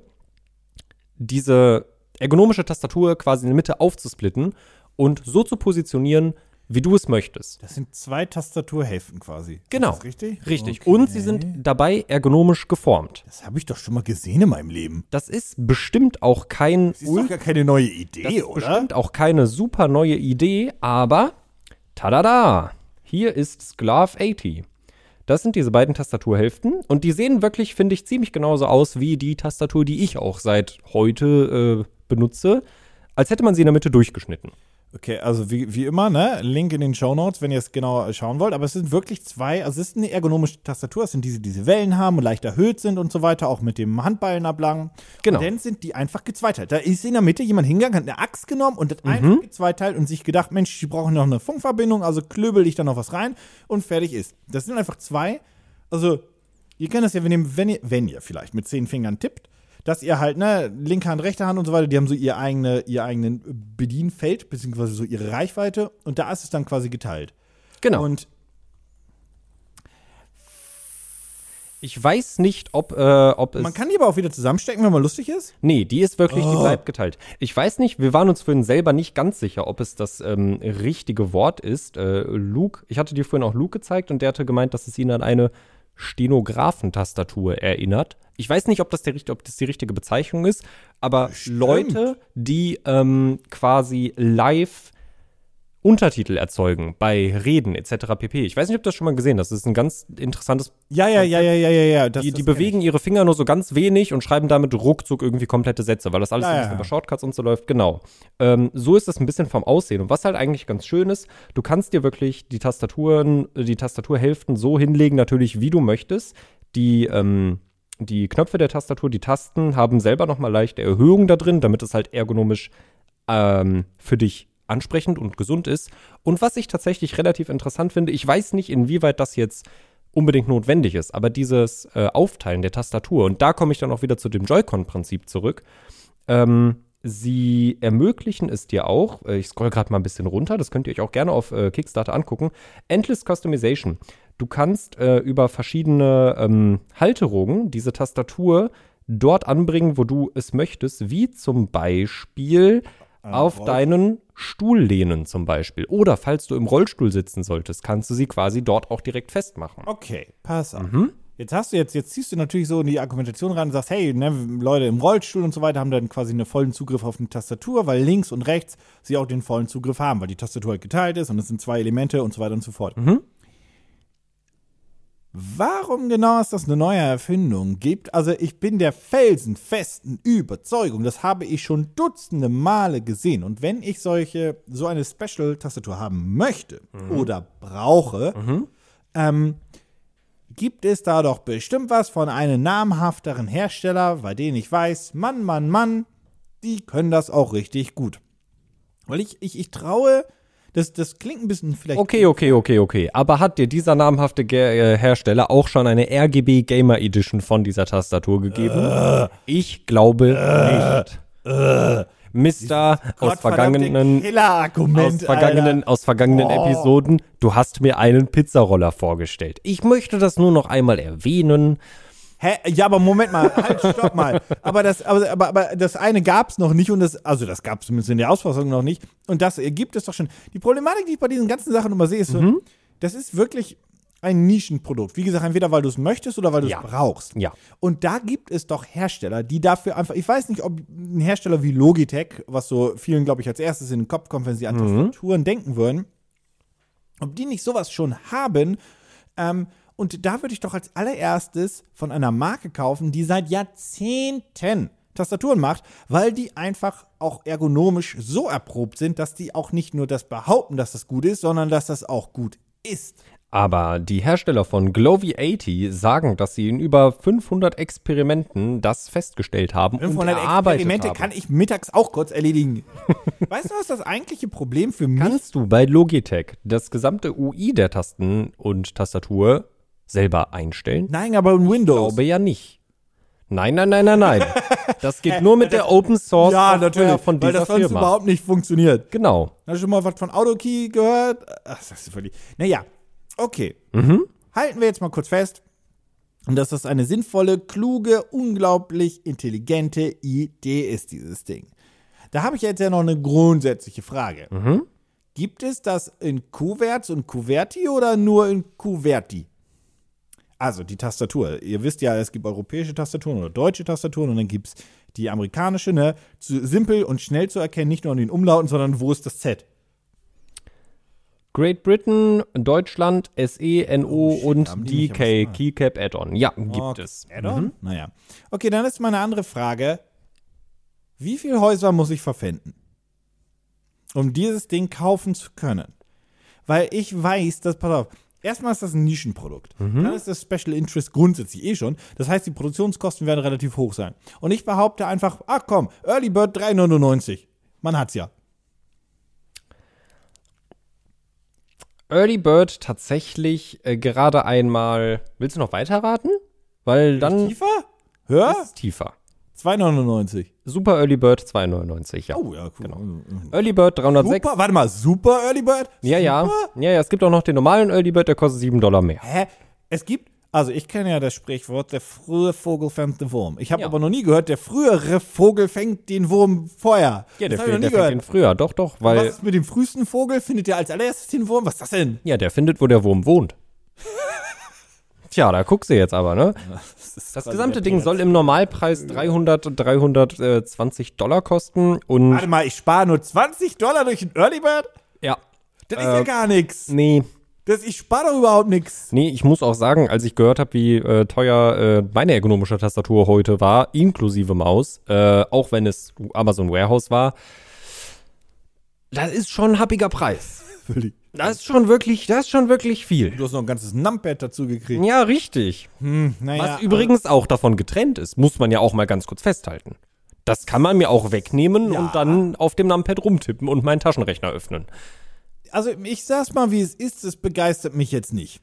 diese ergonomische Tastatur quasi in der Mitte aufzusplitten und so zu positionieren, wie du es möchtest. Das sind zwei Tastaturhälften quasi. Ist Genau. Das richtig? Richtig. Okay. Und sie sind dabei ergonomisch geformt. Das habe ich doch schon mal gesehen in meinem Leben. Das ist bestimmt auch kein Das ist doch gar keine neue Idee, Das ist oder? bestimmt auch keine super neue Idee, aber tada! Hier ist Sklav 80. Das sind diese beiden Tastaturhälften und die sehen wirklich, finde ich, ziemlich genauso aus wie die Tastatur, die ich auch seit heute äh, benutze, als hätte man sie in der Mitte durchgeschnitten. Okay, also wie, wie immer, ne? Link in den Show Notes, wenn ihr es genau äh, schauen wollt. Aber es sind wirklich zwei, also es ist eine ergonomische Tastatur. Es sind diese, die diese Wellen haben und leicht erhöht sind und so weiter, auch mit dem Handballen ablangen. Genau. Und dann sind die einfach gezweiteilt. Da ist in der Mitte jemand hingegangen, hat eine Axt genommen und das einfach gezweiteilt und sich gedacht, Mensch, die brauchen noch eine Funkverbindung, also klöbel ich da noch was rein und fertig ist. Das sind einfach zwei, also Ihr kennt das ja, wenn ihr, wenn ihr, wenn ihr vielleicht mit zehn Fingern tippt, dass ihr halt, ne, linke Hand, rechte Hand und so weiter, die haben so ihr, eigene, ihr eigenen Bedienfeld, beziehungsweise so ihre Reichweite und da ist es dann quasi geteilt. Genau. Und ich weiß nicht, ob, äh, ob es. man kann die aber auch wieder zusammenstecken, wenn man lustig ist. Nee, die ist wirklich, die bleibt geteilt. Ich weiß nicht, wir waren uns vorhin selber nicht ganz sicher, ob es das ähm, richtige Wort ist. Äh, Luke, ich hatte dir vorhin auch Luke gezeigt und der hatte gemeint, dass es ihn an eine Stenografentastatur erinnert. Ich weiß nicht, ob das, der, richt- ob das die richtige Bezeichnung ist, aber Leute, die ähm, quasi live Untertitel erzeugen bei Reden etc. pp. Ich weiß nicht, ob du das schon mal gesehen hast. Das ist ein ganz interessantes Ja, ja, ja, ja, ja, ja, ja. das- die, das die kenn ich. bewegen ihre Finger nur so ganz wenig und schreiben damit ruckzuck irgendwie komplette Sätze, weil das alles Ja, ein ja, bisschen ja. über Shortcuts und so läuft. Genau. Ähm, so ist das ein bisschen vom Aussehen. Und was halt eigentlich ganz schön ist, du kannst dir wirklich die Tastaturen, äh, die Tastaturhälften so hinlegen, natürlich wie du möchtest. Die, ähm, die Knöpfe der Tastatur, die Tasten haben selber nochmal leichte Erhöhungen da drin, damit es halt ergonomisch ähm, für dich ansprechend und gesund ist. Und was ich tatsächlich relativ interessant finde, ich weiß nicht, inwieweit das jetzt unbedingt notwendig ist, aber dieses äh, Aufteilen der Tastatur, und da komme ich dann auch wieder zu dem Joy-Con-Prinzip zurück, ähm, sie ermöglichen es dir auch, äh, ich scroll gerade mal ein bisschen runter, das könnt ihr euch auch gerne auf äh, Kickstarter angucken, Endless Customization. Du kannst äh, über verschiedene ähm, Halterungen diese Tastatur dort anbringen, wo du es möchtest, wie zum Beispiel auf Roll- deinen Stuhllehnen zum Beispiel. Oder falls du im Rollstuhl sitzen solltest, kannst du sie quasi dort auch direkt festmachen. Okay, pass auf. Jetzt hast du jetzt, jetzt ziehst du natürlich so in die Argumentation rein und sagst, hey, ne, Leute im Rollstuhl und so weiter haben dann quasi einen vollen Zugriff auf eine Tastatur, weil links und rechts sie auch den vollen Zugriff haben, weil die Tastatur halt geteilt ist und es sind zwei Elemente und so weiter und so fort. Warum genau ist das eine neue Erfindung gibt? Also ich bin der felsenfesten Überzeugung, das habe ich schon dutzende Male gesehen. Und wenn ich solche, so eine Special-Tastatur haben möchte oder brauche, ähm, gibt es da doch bestimmt was von einem namhafteren Hersteller, bei denen ich weiß, Mann, Mann, Mann, die können das auch richtig gut. Weil ich, ich, ich traue, das, das klingt ein bisschen vielleicht. Okay, okay, okay, okay. Aber hat dir dieser namhafte Ge äh, Hersteller auch schon eine RGB Gamer Edition von dieser Tastatur gegeben? Äh. ich glaube nicht. Mister aus vergangenen, aus Killer-Argument. vergangenen, aus vergangenen Oh. Episoden, du hast mir einen Pizzaroller vorgestellt. Ich möchte das nur noch einmal erwähnen. Hä? Ja, aber Moment mal, halt, stopp mal. Aber das, aber, aber, aber das eine gab's noch nicht und das, also das gab's zumindest in der Ausfassung noch nicht. Und das äh, gibt es doch schon. Die Problematik, die ich bei diesen ganzen Sachen immer sehe, ist Mhm. so, das ist wirklich ein Nischenprodukt. Wie gesagt, entweder weil du es möchtest oder weil du es Ja. brauchst. Ja. Und da gibt es doch Hersteller, die dafür einfach, ich weiß nicht, ob ein Hersteller wie Logitech, was so vielen, glaube ich, als erstes in den Kopf kommt, wenn sie an Tastaturen denken würden, ob die nicht sowas schon haben. Ähm, und da würde ich doch als allererstes von einer Marke kaufen, die seit Jahrzehnten Tastaturen macht, weil die einfach auch ergonomisch so erprobt sind, dass die auch nicht nur das behaupten, dass das gut ist, sondern dass das auch gut ist. Aber die Hersteller von Glovy 80 sagen, dass sie in über 500 Experimenten das festgestellt haben und 500 erarbeitet Ne, Experimente haben. kann ich mittags auch kurz erledigen. weißt du, was das eigentliche Problem für mich kannst du bei Logitech das gesamte UI der Tasten und Tastatur selber einstellen? Nein, aber in Ich Windows. glaube ja nicht. Nein, nein, nein, nein, nein. Das geht nur mit der Open Source Ja, Software natürlich, von weil dieser das sonst Firma. überhaupt nicht funktioniert. Genau. Hast du schon mal was von Autokey gehört? Ach, das ist völlig. Naja, okay. Mhm. Halten wir jetzt mal kurz fest, dass das eine sinnvolle, kluge, unglaublich intelligente Mhm. Idee ist, dieses Ding. Da habe ich jetzt ja noch eine grundsätzliche Frage. Gibt es das in Kuverts und Kuverti oder nur in Kuverti? Also die Tastatur. Ihr wisst ja, es gibt europäische Tastaturen oder deutsche Tastaturen und dann gibt es die amerikanische, ne? Zu, simpel und schnell zu erkennen, nicht nur an den Umlauten, sondern wo ist das Z? Great Britain, Deutschland, SE, NO Oh, shit, haben und die mich aber DK, smart. Keycap Add-on. Ja, gibt Oh, es. Mhm. Add-on? Naja. Okay, dann ist meine andere Frage. Wie viele Häuser muss ich verpfänden, um dieses Ding kaufen zu können? Weil ich weiß, dass, pass auf, erstmal ist das ein Nischenprodukt. Mhm. Dann ist das Special Interest grundsätzlich eh schon. Das heißt, die Produktionskosten werden relativ hoch sein. Und ich behaupte einfach, ach komm, Early Bird 3,99. Man hat's ja. Early Bird tatsächlich äh, gerade einmal. Willst du noch weiter raten? Weil dann ist Tiefer? Hör? es tiefer. 2,99. Super Early Bird 2,99. Ja. Oh, ja, cool. Early Bird 306. Super, warte mal, super Early Bird? Genau. Ja, ja. Super? Ja, ja. Es gibt auch noch den normalen Early Bird, der kostet 7 Dollar mehr. Hä? Es gibt, also ich kenne ja das Sprichwort, der frühe Vogel fängt den Wurm. Ich habe Ja. aber noch nie gehört, der frühere Vogel fängt den Wurm vorher. der, hab ich noch nie der fängt den gehört. früher. Doch, doch, Was weil. ist mit dem frühesten Vogel? Findet der als allererstes den Wurm? Was ist das denn? Ja, der findet, wo der Wurm wohnt. Tja, da guckst du jetzt aber, ne? Das gesamte Ding soll im Normalpreis 300, 320 Dollar kosten und Warte mal, ich spare nur 20 Dollar durch den Early Bird? ja, Das ist Äh, ja gar nichts. nee, Das, ich spare doch überhaupt nichts. nee, ich muss auch sagen, als ich gehört habe, wie äh, teuer äh, meine ergonomische Tastatur heute war, inklusive Maus, äh, auch wenn es Amazon Warehouse war, das ist schon ein happiger Preis. Völlig. Das ist schon wirklich, das ist schon wirklich viel. Du hast noch ein ganzes Numpad dazu gekriegt. Ja, richtig. Was Naja, übrigens auch davon getrennt ist, muss man ja auch mal ganz kurz festhalten. Das kann man mir auch wegnehmen Ja. und dann auf dem Numpad rumtippen und meinen Taschenrechner öffnen. also ich sag's mal, wie es ist, es begeistert mich jetzt nicht.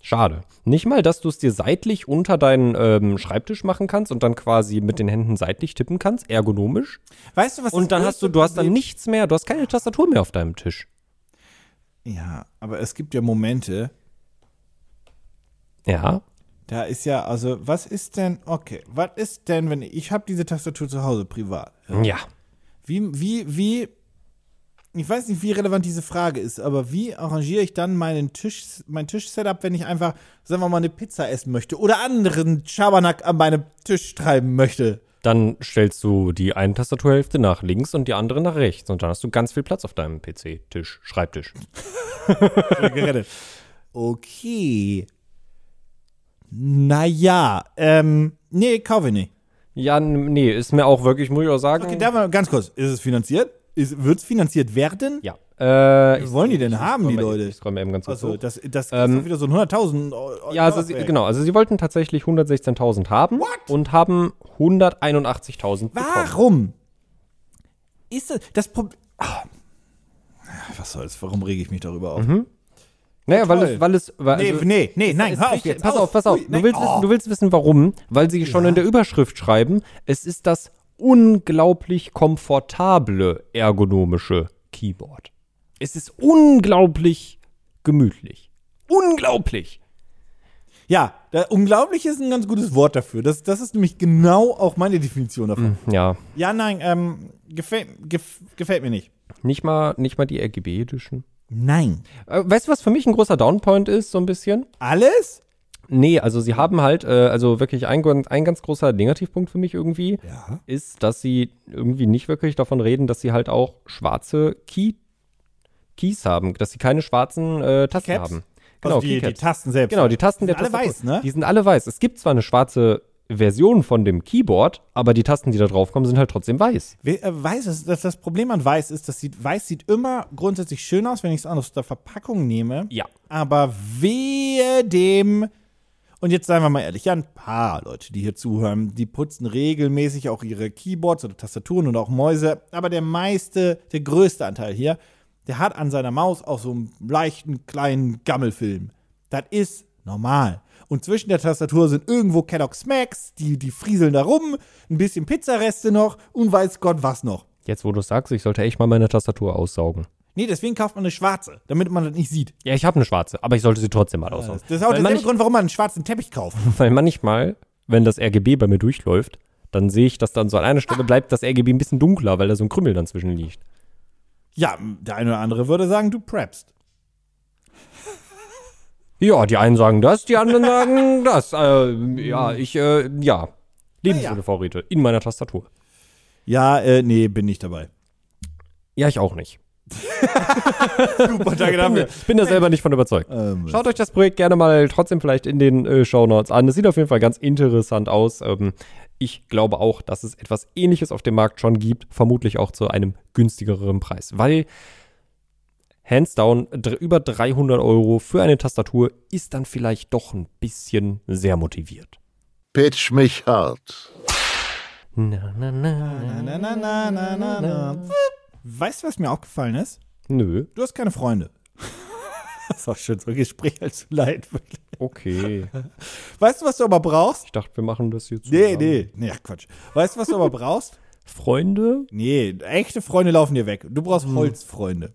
Schade. Nicht mal, dass du es dir seitlich unter deinen ähm, Schreibtisch machen kannst und dann quasi mit den Händen seitlich tippen kannst, ergonomisch. Weißt du, was das Und dann hast du, größte du hast dann Problem- nichts mehr, du hast keine Tastatur mehr auf deinem Tisch. Ja, aber es gibt ja Momente, Ja. Da ist ja, also, was ist denn, okay, was ist denn, wenn ich, ich habe diese Tastatur zu Hause privat. Ja. Wie, wie, wie, ich weiß nicht, wie relevant diese Frage ist, aber wie arrangiere ich dann meinen Tisch, mein Tischsetup, wenn ich einfach, sagen wir mal, eine Pizza essen möchte oder anderen Schabernack an meinem Tisch treiben möchte? Dann stellst du die eine Tastaturhälfte nach links und die andere nach rechts. Und dann hast du ganz viel Platz auf deinem PC, Tisch, Schreibtisch. Gerettet. Okay. Naja, ähm, nee, kaufe ich nicht. Ja, n- nee, ist mir auch wirklich, muss ich auch sagen. Okay, da mal ganz kurz, ist es finanziert? Wird es finanziert werden? ja. Äh, Was ich, wollen die denn haben, die scroll mal eben- Leute? Ich scroll mal eben ganz kurz Also, hoch. das, das ist doch wieder so ein 100.000 Euro. Ähm, Ja, also sie, genau, also sie wollten tatsächlich 116.000 haben und haben 181.000 bekommen. Warum? Ist das das Problem. Was soll's? Warum rege ich mich darüber auf? Naja, weil Toll. es, weil es, weil, Nee, Mhm. also, nee, nee, nein, es hör auf riecht- jetzt. pass auf, pass auf. Ui, du, nein, willst oh. wissen, du willst wissen, warum? Weil sie schon in der Überschrift schreiben, es ist das unglaublich komfortable ergonomische Keyboard. Es ist unglaublich gemütlich. Unglaublich. Ja, da, unglaublich ist ein ganz gutes Wort dafür. Das, das ist nämlich genau auch meine Definition davon. Ja, Ja, nein, ähm, gefällt, gef, gefällt mir nicht. nicht mal, nicht mal die RGB Edition. Nein. Äh, weißt du, was für mich ein großer Downpoint ist, so ein bisschen? Alles? Nee, also sie haben halt, äh, also wirklich ein, gon- ein ganz großer Negativpunkt für mich irgendwie, Ja. ist, dass sie irgendwie nicht wirklich davon reden, dass sie halt auch schwarze Key Keys haben, dass sie keine schwarzen äh, Tasten Caps? haben. Genau, Genau, also die, die Keycaps. Tasten selbst. genau, die Tasten Die der sind alle Tastatur, weiß, ne? Die sind alle weiß. Es gibt zwar eine schwarze Version von dem Keyboard, aber die Tasten, die da draufkommen, sind halt trotzdem weiß. We- äh, Weiß ist, dass das Problem an Weiß ist, dass sieht, Weiß sieht immer grundsätzlich schön aus, wenn ich es aus der Verpackung nehme. Ja. Aber wehe dem. Und jetzt seien wir mal ehrlich, ja, ein paar Leute, die hier zuhören, die putzen regelmäßig auch ihre Keyboards oder Tastaturen und auch Mäuse. Aber der meiste, der größte Anteil hier, der hat an seiner Maus auch so einen leichten kleinen Gammelfilm. Das ist normal. Und zwischen der Tastatur sind irgendwo Kellogg's Smacks, die, die frieseln da rum, ein bisschen Pizzareste noch und weiß Gott was noch. Jetzt, wo du es sagst, ich sollte echt mal meine Tastatur aussaugen. Nee, deswegen kauft man eine schwarze, damit man das nicht sieht. Ja, ich habe eine schwarze, aber ich sollte sie trotzdem mal aussaugen. Das ist auch Weil derselbe manch- Grund, warum man einen schwarzen Teppich kauft. Weil manchmal, wenn das RGB bei mir durchläuft, dann sehe ich, dass dann so an einer Stelle bleibt das RGB ein bisschen dunkler, weil da so ein Krümmel dann zwischen liegt. Ja, der eine oder andere würde sagen, du preppst. Ja, die einen sagen das, die anderen sagen das. Äh, ja, ich, äh, ja. Lebensmittelvorräte in meiner Tastatur. Ja, äh, nee, bin nicht dabei. Ja, ich auch nicht. Super, danke dafür. Ich bin da selber nicht von überzeugt. Schaut euch das Projekt gerne mal trotzdem vielleicht in den äh, Shownotes an. Es sieht auf jeden Fall ganz interessant aus. Ähm, ich glaube auch, dass es etwas ähnliches auf dem Markt schon gibt, vermutlich auch zu einem günstigeren Preis. Weil, hands down, dr- über 300 Euro für eine Tastatur ist dann vielleicht doch ein bisschen sehr motiviert. Pitch mich hart. Na, na, na, na. Na, na, na, na, na, na, na. Weißt du, was mir aufgefallen ist? Nö. Du hast keine Freunde. Das ist auch schön, so ein Gespräch als leid. wirklich. Okay. Weißt du, was du aber brauchst? Ich dachte, wir machen das jetzt. Nee, nee. Nee, ach, Quatsch. Weißt du, was du aber brauchst? Freunde? Nee, echte Freunde laufen dir weg. Du brauchst Holzfreunde.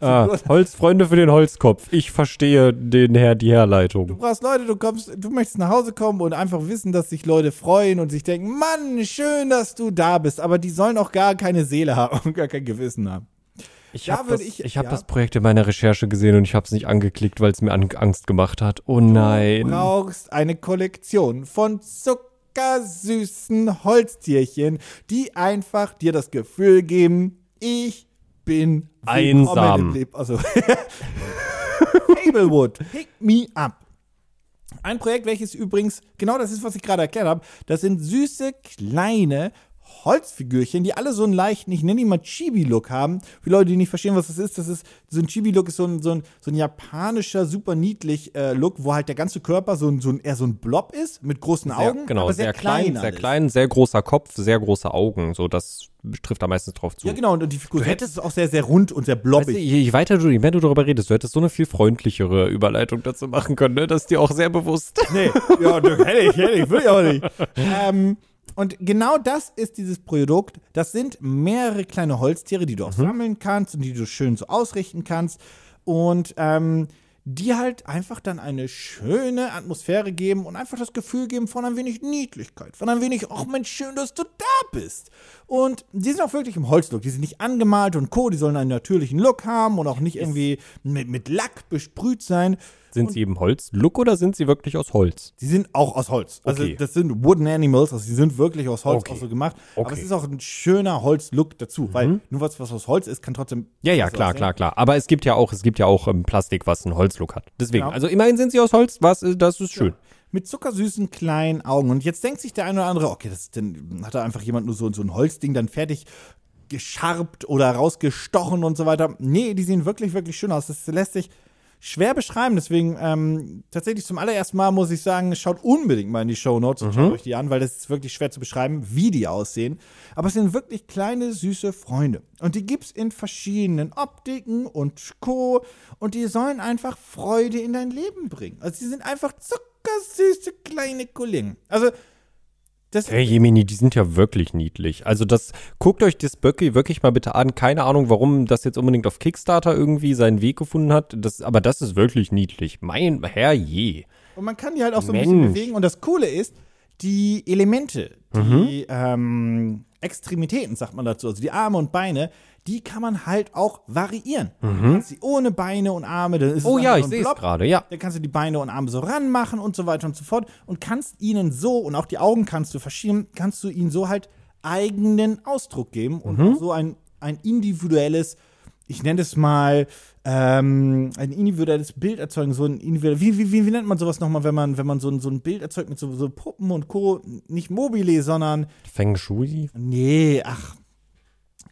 Ah, Holzfreunde für den Holzkopf. Ich verstehe den Herr, die Du Herleitung. brauchst Leute, du kommst, du möchtest nach Hause kommen und einfach wissen, dass sich Leute freuen und sich denken, Mann, schön, dass du da bist. Aber die sollen auch gar keine Seele haben und gar kein Gewissen haben. Ich Ja, habe das, würde ich- ich, hab ja. das Projekt in meiner Recherche gesehen und ich habe es nicht angeklickt, weil es mir an Angst gemacht hat. Oh Du nein. brauchst eine Kollektion von zuckersüßen Holztierchen, die einfach dir das Gefühl geben, ich bin willkommen Einsam. im Leben. Also, Fablewood, pick me up. Ein Projekt, welches übrigens genau das ist, was ich gerade erklärt habe. Das sind süße, kleine Holzfigürchen, die alle so einen leichten, ich nenne ihn mal Chibi-Look haben. Für Leute, die nicht verstehen, was das ist, das ist so ein Chibi-Look ist so ein, so ein, so ein japanischer, super niedlich äh, Look, wo halt der ganze Körper so ein, so ein, eher so ein Blob ist, mit großen Sehr, Augen, genau, aber sehr, sehr, klein, sehr alles. klein, sehr großer Kopf, sehr große Augen. So, das trifft da meistens drauf zu. Ja, genau, und, und die Figur selbst ist auch sehr, sehr rund und sehr blobbig. Weißt du, je, je weiter du, je mehr du darüber redest, du hättest so eine viel freundlichere Überleitung dazu machen können, ne? Das ist dir auch sehr bewusst. Nee, ja, du, hätte ich, hätte ich, will ich auch nicht. ähm, und genau das ist dieses Produkt. Das sind mehrere kleine Holztiere, die du auch sammeln kannst und die du schön so ausrichten kannst. Und ähm, die halt einfach dann eine schöne Atmosphäre geben und einfach das Gefühl geben von ein wenig Niedlichkeit, von ein wenig, ach Mensch, schön, dass du da bist. Und die sind auch wirklich im Holzlook. Die sind nicht angemalt und Co. Die sollen einen natürlichen Look haben und auch nicht irgendwie mit, mit Lack besprüht sein. Sind sie eben Holz-Look oder sind sie wirklich aus Holz? Die sind auch aus Holz. Also Okay. das sind Wooden Animals, also die sind wirklich aus Holz Okay. auch so gemacht. Aber Okay. Mhm. es ist auch ein schöner Holz-Look dazu, weil nur was, was aus Holz ist, kann trotzdem. Ja, ja, so klar, aussehen. klar, klar. Aber es gibt ja auch, es gibt ja auch ähm, Plastik, was einen Holzlook hat. Deswegen, Genau. also immerhin sind sie aus Holz, was, äh, das ist schön. Mit zuckersüßen kleinen Augen. Und jetzt denkt sich der eine oder andere, okay, das ist denn, hat da einfach jemand nur so, so ein Holzding dann fertig gescharbt oder rausgestochen und so weiter. Nee, die sehen wirklich, wirklich schön aus. Das lässt sich schwer beschreiben. Deswegen, ähm, tatsächlich zum allerersten Mal muss ich sagen, schaut unbedingt mal in die Shownotes und Mhm. schaut euch die an, weil das ist wirklich schwer zu beschreiben, wie die aussehen. Aber es sind wirklich kleine, süße Freunde. Und die gibt's in verschiedenen Optiken und Co. Und die sollen einfach Freude in dein Leben bringen. Also die sind einfach zuckersüße kleine Kollegen. Also, das Hey, Jemini, die sind ja wirklich niedlich. Also das, guckt euch das Böcki wirklich mal bitte an. Keine Ahnung, warum das jetzt unbedingt auf Kickstarter irgendwie seinen Weg gefunden hat. Das, aber das ist wirklich niedlich. Mein Herr je. Und man kann die halt auch so ein bisschen Mensch. bewegen. Und das Coole ist, die Elemente, Mhm. die ähm, Extremitäten, sagt man dazu, also die Arme und Beine, die kann man halt auch variieren. Du kannst sie ohne Beine und Arme, dann ist Mhm. Oh es ja, einfach ich ein sehe es Blob. gerade, ja. Dann kannst du die Beine und Arme so ranmachen und so weiter und so fort und kannst ihnen so und auch die Augen kannst du verschieben, kannst du ihnen so halt eigenen Ausdruck geben und auch so ein, ein individuelles, ich nenne es mal ähm, ein individuelles Bild erzeugen, so ein individuell, wie, wie, wie, wie nennt man sowas nochmal, wenn man, wenn man so ein, so ein Bild erzeugt mit so, so Puppen und Co., nicht Mobile, sondern Feng Shui? Nee, ach.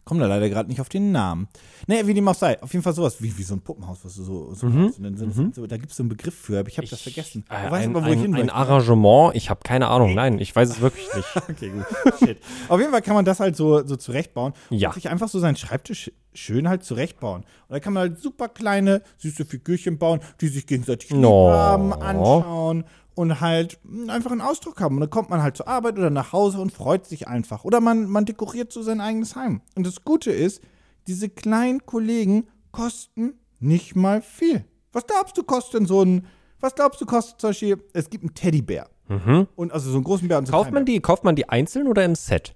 Komm da leider gerade nicht auf den Namen. Naja, wie dem auch sei. Auf jeden Fall sowas wie, wie so ein Puppenhaus, was du so. so, so, so, so da gibt es so einen Begriff für, aber ich habe das vergessen. Mhm. Äh, Du weißt ein, aber, wo ich hin ein, ein möchte. Arrangement? Ich habe keine Ahnung. Nein, ich weiß es wirklich nicht. Okay, gut. Shit. Hm. Auf jeden Fall kann man das halt so, so zurechtbauen Ja. und sich einfach so seinen Schreibtisch schön halt zurechtbauen. Und da kann man halt super kleine, süße Figürchen bauen, die sich gegenseitig No. lieb haben, anschauen und halt mh, einfach einen Ausdruck haben. Und dann kommt man halt zur Arbeit oder nach Hause und freut sich einfach. Oder man, man dekoriert so sein eigenes Heim. Und das Gute ist, diese kleinen Kollegen kosten nicht mal viel. Was glaubst du, kostet denn so ein, was glaubst du, kostet zum Beispiel, es gibt einen Teddybär. Und also so einen großen Bär und so einen Mhm. Kauft kleinen man die, kauft man die einzeln oder im Set?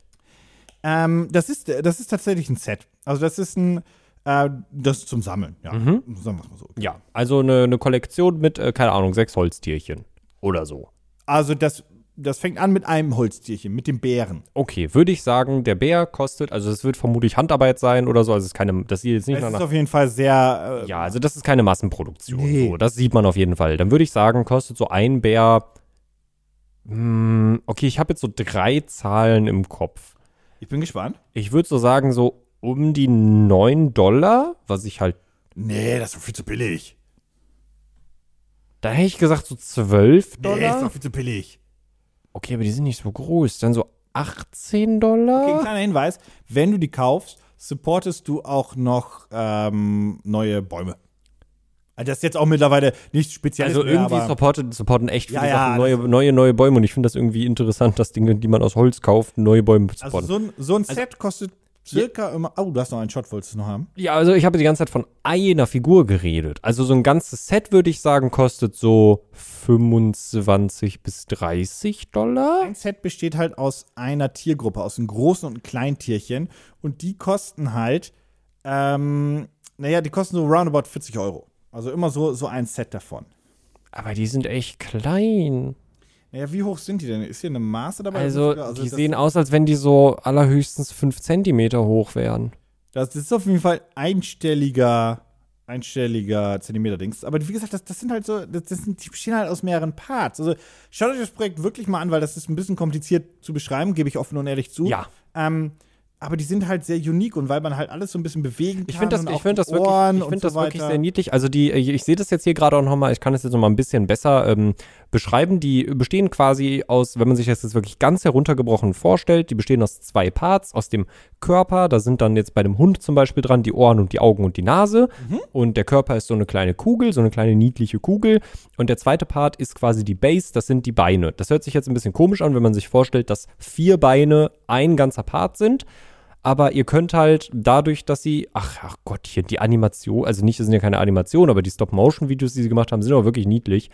Ähm, das, ist, das ist tatsächlich ein Set. Also das ist ein, äh, das zum Sammeln, ja. Mhm. Sagen wir es mal so. Ja, also eine, eine Kollektion mit, äh, keine Ahnung, sechs Holztierchen oder so. Also das, das fängt an mit einem Holztierchen, mit dem Bären. Okay, würde ich sagen, der Bär kostet, also es wird vermutlich Handarbeit sein oder so, also es ist keine, das sieht jetzt nicht Es ist nach, auf jeden Fall sehr äh, ja, also das ist keine Massenproduktion, Nee. so, das sieht man auf jeden Fall. Dann würde ich sagen, kostet so ein Bär, hm, okay, ich habe jetzt so drei Zahlen im Kopf. Ich bin gespannt. Ich würde so sagen, so um die 9 Dollar, was ich halt, Nee, das ist doch viel zu billig. da hätte ich gesagt so 12 Nee, das ist Dollar. doch viel zu billig. Okay, aber die sind nicht so groß, dann so 18 Dollar. Okay, ein kleiner Hinweis. Wenn du die kaufst, supportest du auch noch ähm, neue Bäume. Also das ist jetzt auch mittlerweile nichts Spezielles Also mehr, irgendwie aber supporten, supporten echt viele Ja, ja, Sachen, neue, neue, neue Bäume. Und ich finde das irgendwie interessant, dass Dinge, die man aus Holz kauft, neue Bäume also supporten. so ein, so ein Set kostet circa immer Oh, du hast noch einen Shot, wolltest du noch haben? ja, also ich habe die ganze Zeit von einer Figur geredet. Also so ein ganzes Set, würde ich sagen, kostet so 25 bis 30 Dollar. Ein Set besteht halt aus einer Tiergruppe, aus einem großen und einem kleinen Tierchen. Und die kosten halt, ähm, naja, die kosten so roundabout 40 Euro. Also immer so, so ein Set davon. Aber die sind echt klein. Naja, wie hoch sind die denn? Ist hier eine Maße dabei? Also die das- sehen aus, als wenn die so allerhöchstens 5 Zentimeter hoch wären. Das ist auf jeden Fall einstelliger, einstelliger Zentimeter-Dings. Aber wie gesagt, das, das sind halt so, das, das sind, die bestehen halt aus mehreren Parts. Also schaut euch das Projekt wirklich mal an, weil das ist ein bisschen kompliziert zu beschreiben, gebe ich offen und ehrlich zu. Ja. Ähm, aber die sind halt sehr unique und weil man halt alles so ein bisschen bewegen kann. Ich finde das, und ich auch find die das, wirklich, Ohren ich und find so das wirklich weiter. sehr niedlich. Also die, äh, ich sehe das jetzt hier gerade auch nochmal, ich kann das jetzt nochmal ein bisschen besser ähm, beschreiben. Die bestehen quasi aus, wenn man sich das jetzt wirklich ganz heruntergebrochen vorstellt, die bestehen aus zwei Parts, aus dem Körper, da sind dann jetzt bei dem Hund zum Beispiel dran die Ohren und die Augen und die Nase. Mhm. Und der Körper ist so eine kleine Kugel, so eine kleine niedliche Kugel. Und der zweite Part ist quasi die Base, das sind die Beine. Das hört sich jetzt ein bisschen komisch an, wenn man sich vorstellt, dass vier Beine ein ganzer Part sind. Aber ihr könnt halt dadurch, dass sie, ach, ach Gottchen, die Animation, also nicht, das sind ja keine Animationen, aber die Stop-Motion-Videos, die sie gemacht haben, sind auch wirklich niedlich.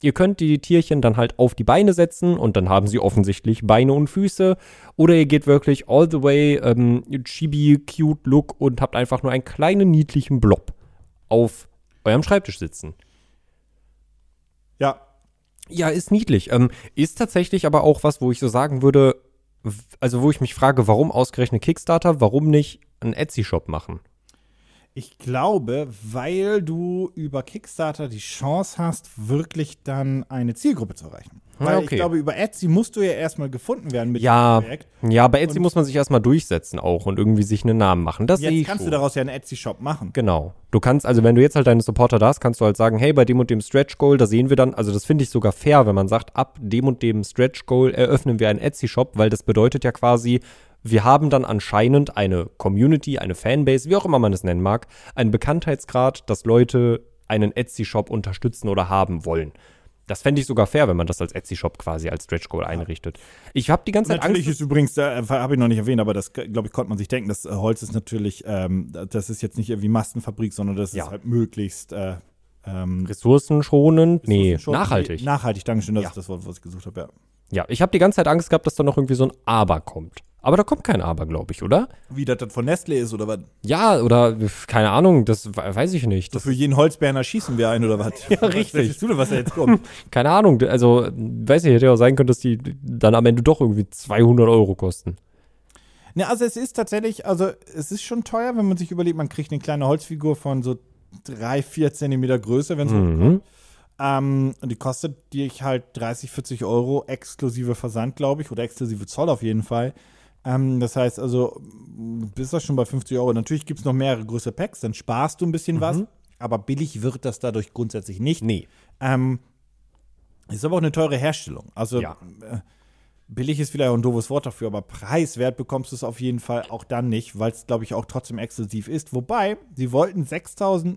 Ihr könnt die Tierchen dann halt auf die Beine setzen und dann haben sie offensichtlich Beine und Füße. Oder ihr geht wirklich all the way ähm, chibi, cute Look und habt einfach nur einen kleinen niedlichen Blob auf eurem Schreibtisch sitzen. Ja. Ja, ist niedlich. Ähm, ist tatsächlich aber auch was, wo ich so sagen würde, w- also wo ich mich frage, warum ausgerechnet Kickstarter, warum nicht einen Etsy-Shop machen? Ich glaube, weil du über Kickstarter die Chance hast, wirklich dann eine Zielgruppe zu erreichen. Ah, Weil ich okay. glaube, über Etsy musst du ja erstmal gefunden werden mit Ja, dem Projekt. ja, bei Etsy Und- muss man sich erstmal durchsetzen auch und irgendwie sich einen Namen machen. Das sehe Jetzt ich kannst du schon. daraus ja einen Etsy-Shop machen. Genau. Du kannst, also wenn du jetzt halt deine Supporter da hast, kannst du halt sagen, hey, bei dem und dem Stretch Goal, da sehen wir dann, also das finde ich sogar fair, wenn man sagt, ab dem und dem Stretch Goal eröffnen wir einen Etsy-Shop, weil das bedeutet ja quasi, wir haben dann anscheinend eine Community, eine Fanbase, wie auch immer man es nennen mag, einen Bekanntheitsgrad, dass Leute einen Etsy-Shop unterstützen oder haben wollen. Das fände ich sogar fair, wenn man das als Etsy-Shop quasi als Stretch Goal einrichtet. Ich habe die ganze Zeit Natürlich Halt Angst. ist übrigens, äh, habe ich noch nicht erwähnt, aber das, glaube ich, konnte man sich denken, das äh, Holz ist natürlich, ähm, das ist jetzt nicht irgendwie Mastenfabrik, sondern das Ja. ist halt möglichst äh, ähm, Ressourcenschonend? Nee, schon- nachhaltig. Nachhaltig, Dankeschön, das Ja. ist das Wort, was ich gesucht habe, ja. Ja, ich habe die ganze Zeit Angst gehabt, dass da noch irgendwie so ein Aber kommt. Aber da kommt kein Aber, glaube ich, oder? Wie das dann von Nestle ist oder was? Ja, oder pf, keine Ahnung, das we- weiß ich nicht. So Das, für jeden Holzberner schießen wir ein oder was? Ja, richtig. Was denkst du denn, was da jetzt kommt? keine Ahnung, d- also äh, weiß nicht, hätte ja auch sein können, dass die dann am Ende doch irgendwie 200 Euro kosten. Ne, also es ist tatsächlich, also es ist schon teuer, wenn man sich überlegt, man kriegt eine kleine Holzfigur von so drei, vier Zentimeter Größe, wenn es hochkommt. Ähm, und die kostet dich halt 30, 40 Euro exklusive Versand, glaube ich, oder exklusive Zoll auf jeden Fall. Ähm, das heißt also, m, bist du schon bei 50 Euro. Natürlich gibt es noch mehrere größere Packs, dann sparst du ein bisschen was, aber billig wird das dadurch grundsätzlich nicht. Nee. Ähm, ist aber auch eine teure Herstellung. Also Ja. äh, billig ist vielleicht auch ein doofes Wort dafür, aber preiswert bekommst du es auf jeden Fall auch dann nicht, weil es, glaube ich, auch trotzdem exklusiv ist. Wobei, sie wollten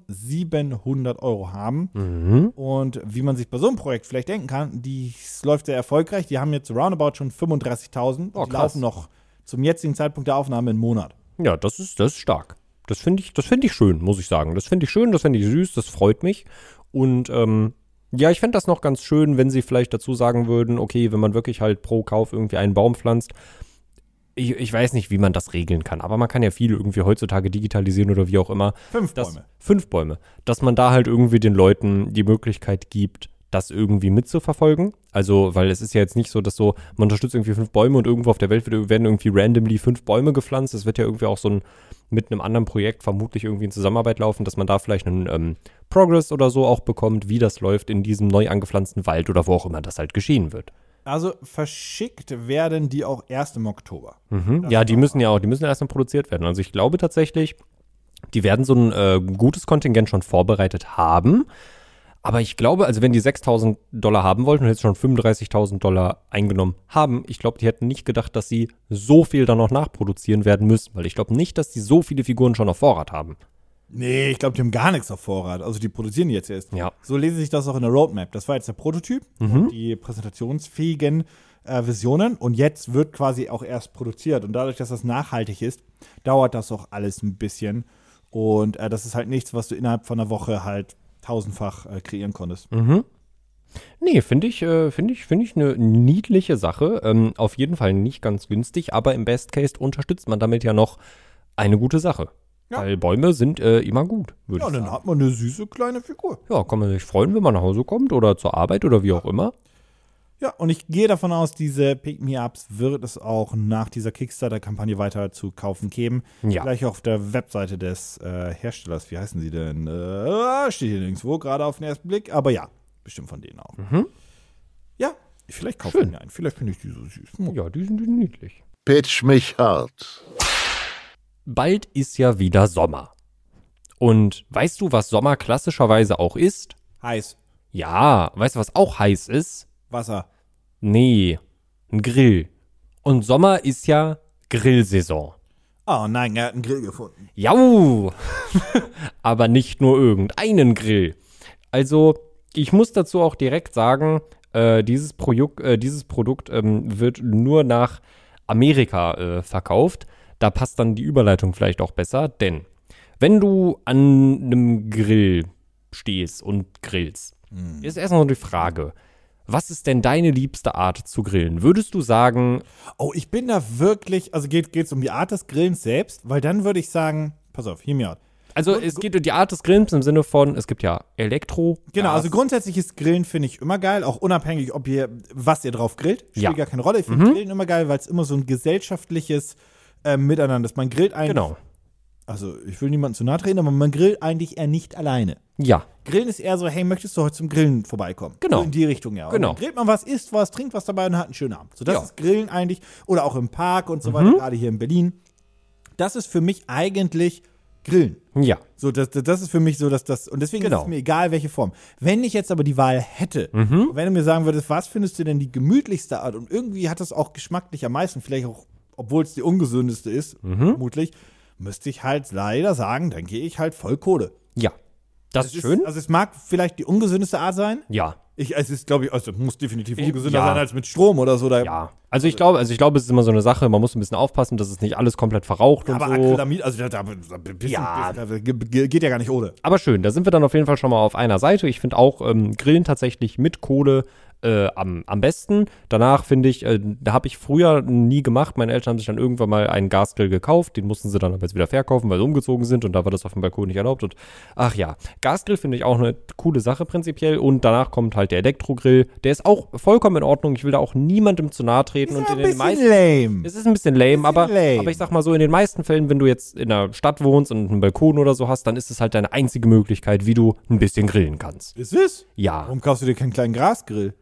6.700 Euro haben. Hm. Mhm. Und wie man sich bei so einem Projekt vielleicht denken kann, die es läuft sehr erfolgreich. Die haben jetzt roundabout schon 35.000 Oh, und krass. laufen noch zum jetzigen Zeitpunkt der Aufnahme einen Monat. Ja, das ist, das ist stark. Das finde ich, das finde ich schön, muss ich sagen. Das finde ich schön, das finde ich süß, das freut mich. Und ähm, ja, ich fände das noch ganz schön, wenn sie vielleicht dazu sagen würden, okay, wenn man wirklich halt pro Kauf irgendwie einen Baum pflanzt, ich, ich weiß nicht, wie man das regeln kann, aber man kann ja viel irgendwie heutzutage digitalisieren oder wie auch immer. Fünf dass, Bäume. Fünf Bäume. Dass man da halt irgendwie den Leuten die Möglichkeit gibt, das irgendwie mitzuverfolgen. Also, weil es ist ja jetzt nicht so, dass so, man unterstützt irgendwie fünf Bäume und irgendwo auf der Welt wird- werden irgendwie randomly fünf Bäume gepflanzt. Es wird ja irgendwie auch so ein, mit einem anderen Projekt vermutlich irgendwie in Zusammenarbeit laufen, dass man da vielleicht einen ähm, Progress oder so auch bekommt, wie das läuft in diesem neu angepflanzten Wald oder wo auch immer das halt geschehen wird. Also verschickt werden die auch erst im Oktober. Mhm. Ja, die müssen ja auch, die müssen ja erstmal produziert werden. Also ich glaube tatsächlich, die werden so ein äh, gutes Kontingent schon vorbereitet haben. Aber ich glaube, also wenn die 6.000 Dollar haben wollten und jetzt schon 35.000 Dollar eingenommen haben, ich glaube, die hätten nicht gedacht, dass sie so viel dann noch nachproduzieren werden müssen, weil ich glaube nicht, dass die so viele Figuren schon auf Vorrat haben. Nee, ich glaube, die haben gar nichts auf Vorrat. Also die produzieren jetzt erst. Ja. So lese ich das auch in der Roadmap. Das war jetzt der Prototyp, und die präsentationsfähigen äh, Visionen und jetzt wird quasi auch erst produziert. Und dadurch, dass das nachhaltig ist, dauert das auch alles ein bisschen. Und äh, das ist halt nichts, was du innerhalb von einer Woche halt tausendfach äh, kreieren konntest. Nee, finde ich, äh, finde ich, finde ich eine niedliche Sache. Ähm, auf jeden Fall nicht ganz günstig, aber im Best Case unterstützt man damit ja noch eine gute Sache. Ja. Weil Bäume sind äh, immer gut, würde Ja, ne, ich und sagen. dann hat man eine süße kleine Figur. Ja, kann man sich freuen, wenn man nach Hause kommt oder zur Arbeit oder wie auch immer. Ja, und ich gehe davon aus, diese Pick-Me-Ups wird es auch nach dieser Kickstarter-Kampagne weiter zu kaufen geben. Ja. Gleich auf der Webseite des äh, Herstellers. Wie heißen sie denn? Äh, steht hier nirgendwo, gerade auf den ersten Blick. Aber ja, bestimmt von denen auch. Ja, vielleicht kaufe ich Mhm. Schön. mir einen. Vielleicht finde ich die so süß. Hm. Ja, die sind, die sind niedlich. Pitch mich hart. Bald ist ja wieder Sommer. Und weißt du, was Sommer klassischerweise auch ist? Heiß, Ja, weißt du, was auch heiß ist? Wasser. Nee, ein Grill. Und Sommer ist ja Grillsaison. Oh nein, er hat einen Grill gefunden. Jau! Aber nicht nur irgendeinen Grill. Also, ich muss dazu auch direkt sagen, äh, dieses, Projekt, äh, dieses Produkt ähm, wird nur nach Amerika äh, verkauft. Da passt dann die Überleitung vielleicht auch besser, denn wenn du an einem Grill stehst und grillst, ist erstmal so die Frage, was ist denn deine liebste Art zu grillen? Würdest du sagen, Oh, ich bin da wirklich, also geht es um die Art des Grillens selbst, weil dann würde ich sagen, pass auf, hear me out. also es geht um die Art des Grillens im Sinne von, es gibt ja Elektro. Genau, Gas, also grundsätzlich ist Grillen, finde ich, immer geil, auch unabhängig, ob ihr, was ihr drauf grillt, spielt Ja. Mhm. gar keine Rolle. Ich finde Grillen immer geil, weil es immer so ein gesellschaftliches äh, Miteinander ist. Man grillt eigentlich, Genau. also ich will niemandem zu nahe treten, aber man grillt eigentlich eher nicht alleine. Ja. Grillen ist eher so, hey, möchtest du heute zum Grillen vorbeikommen? Genau. So in die Richtung, ja. Und Genau. Dann grillt man was, isst was, trinkt was dabei und hat einen schönen Abend. So, das Ja. Mhm. ist Grillen eigentlich. Oder auch im Park und so weiter, gerade hier in Berlin. Das ist für mich eigentlich Grillen. Ja. So, das, das- das ist für mich so, dass das. Und deswegen Genau. ist es mir egal, welche Form. Wenn ich jetzt aber die Wahl hätte, wenn du mir sagen würdest, was findest du denn die gemütlichste Art? Und irgendwie hat das auch geschmacklich am meisten, vielleicht auch, obwohl es die ungesündeste ist, vermutlich, müsste ich halt leider sagen, dann gehe ich halt voll Kohle. Ja. Das, Es ist schön. Ist, also es mag vielleicht die ungesündeste Art sein. ja. Ich, es ist, glaube ich, also muss definitiv Ich- ungesünder ja. sein als mit Strom oder so. Da, Ja. Also ich glaube, also ich glaube, es ist immer so eine Sache, man muss ein bisschen aufpassen, dass es nicht alles komplett verraucht Aber und so. Acrylamid, also da, da, da, bisschen, Ja. bisschen, da ge- geht ja gar nicht ohne. Aber schön, da sind wir dann auf jeden Fall schon mal auf einer Seite. Ich finde auch ähm, Grillen tatsächlich mit Kohle äh, am, am besten. Danach finde ich, äh, da habe ich früher nie gemacht. Meine Eltern haben sich dann irgendwann mal einen Gasgrill gekauft. Den mussten sie dann aber jetzt wieder verkaufen, weil sie umgezogen sind und da war das auf dem Balkon nicht erlaubt. Und ach ja, Gasgrill finde ich auch eine coole Sache prinzipiell. Und danach kommt halt der Elektrogrill. Der ist auch vollkommen in Ordnung. Ich will da auch niemandem zu nahe treten. und in den meisten lame. es ist ein bisschen lame, aber, lame. aber ich sag mal so, in den meisten Fällen, wenn du jetzt in einer Stadt wohnst und einen Balkon oder so hast, dann ist es halt deine einzige Möglichkeit, wie du ein bisschen grillen kannst. Ist es? Ja. Warum kaufst du dir keinen kleinen Grasgrill?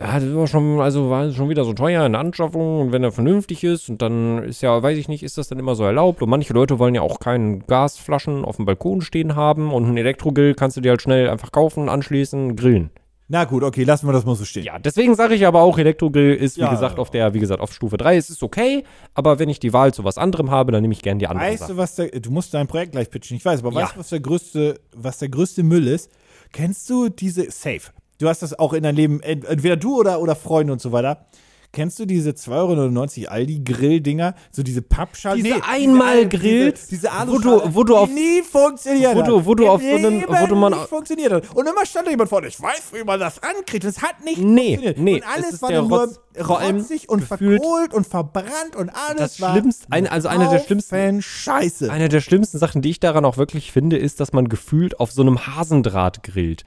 ja das war schon, also war schon wieder so teuer in der Anschaffung und wenn er vernünftig ist und dann ist ja, weiß ich nicht, ist das dann immer so erlaubt und manche Leute wollen ja auch keine Gasflaschen auf dem Balkon stehen haben und einen Elektrogrill kannst du dir halt schnell einfach kaufen, anschließen, grillen. Na gut, okay, lassen wir das mal so stehen. Ja, deswegen sage ich aber auch, Elektrogrill ist, wie Ja, gesagt, ja. auf der, wie gesagt, auf Stufe 3. Es ist okay, aber wenn ich die Wahl zu was anderem habe, dann nehme ich gerne die andere Weißt Sache. du, was der, du musst dein Projekt gleich pitchen, ich weiß, aber Ja. weißt du, was der größte, was der größte Müll ist? Kennst du diese Safe? Du hast das auch in deinem Leben, ent- entweder du oder, oder Freunde und so weiter. Kennst du diese 2,99 Euro Aldi-Grill-Dinger? So diese Pappschale? Diese einmal Al- grillst, Diese, diese wo du- Aluschale, wo du auf- Die nie funktioniert wo hat. du- wo du Im auf so einem- Leben wo du man- nicht funktioniert hat. Und immer stand da jemand vorne, ich weiß, wie man das ankriegt. Das hat nicht Nee, funktioniert. nee, Und alles es ist war der dann nur Rotz- vor allem rotzig und gefühlt- verkohlt und verbrannt und alles Das war Schlimmste- ein- also eine der schlimmsten- Haufen Scheiße. Eine der schlimmsten Sachen, die ich daran auch wirklich finde, ist, dass man gefühlt auf so einem Hasendraht grillt.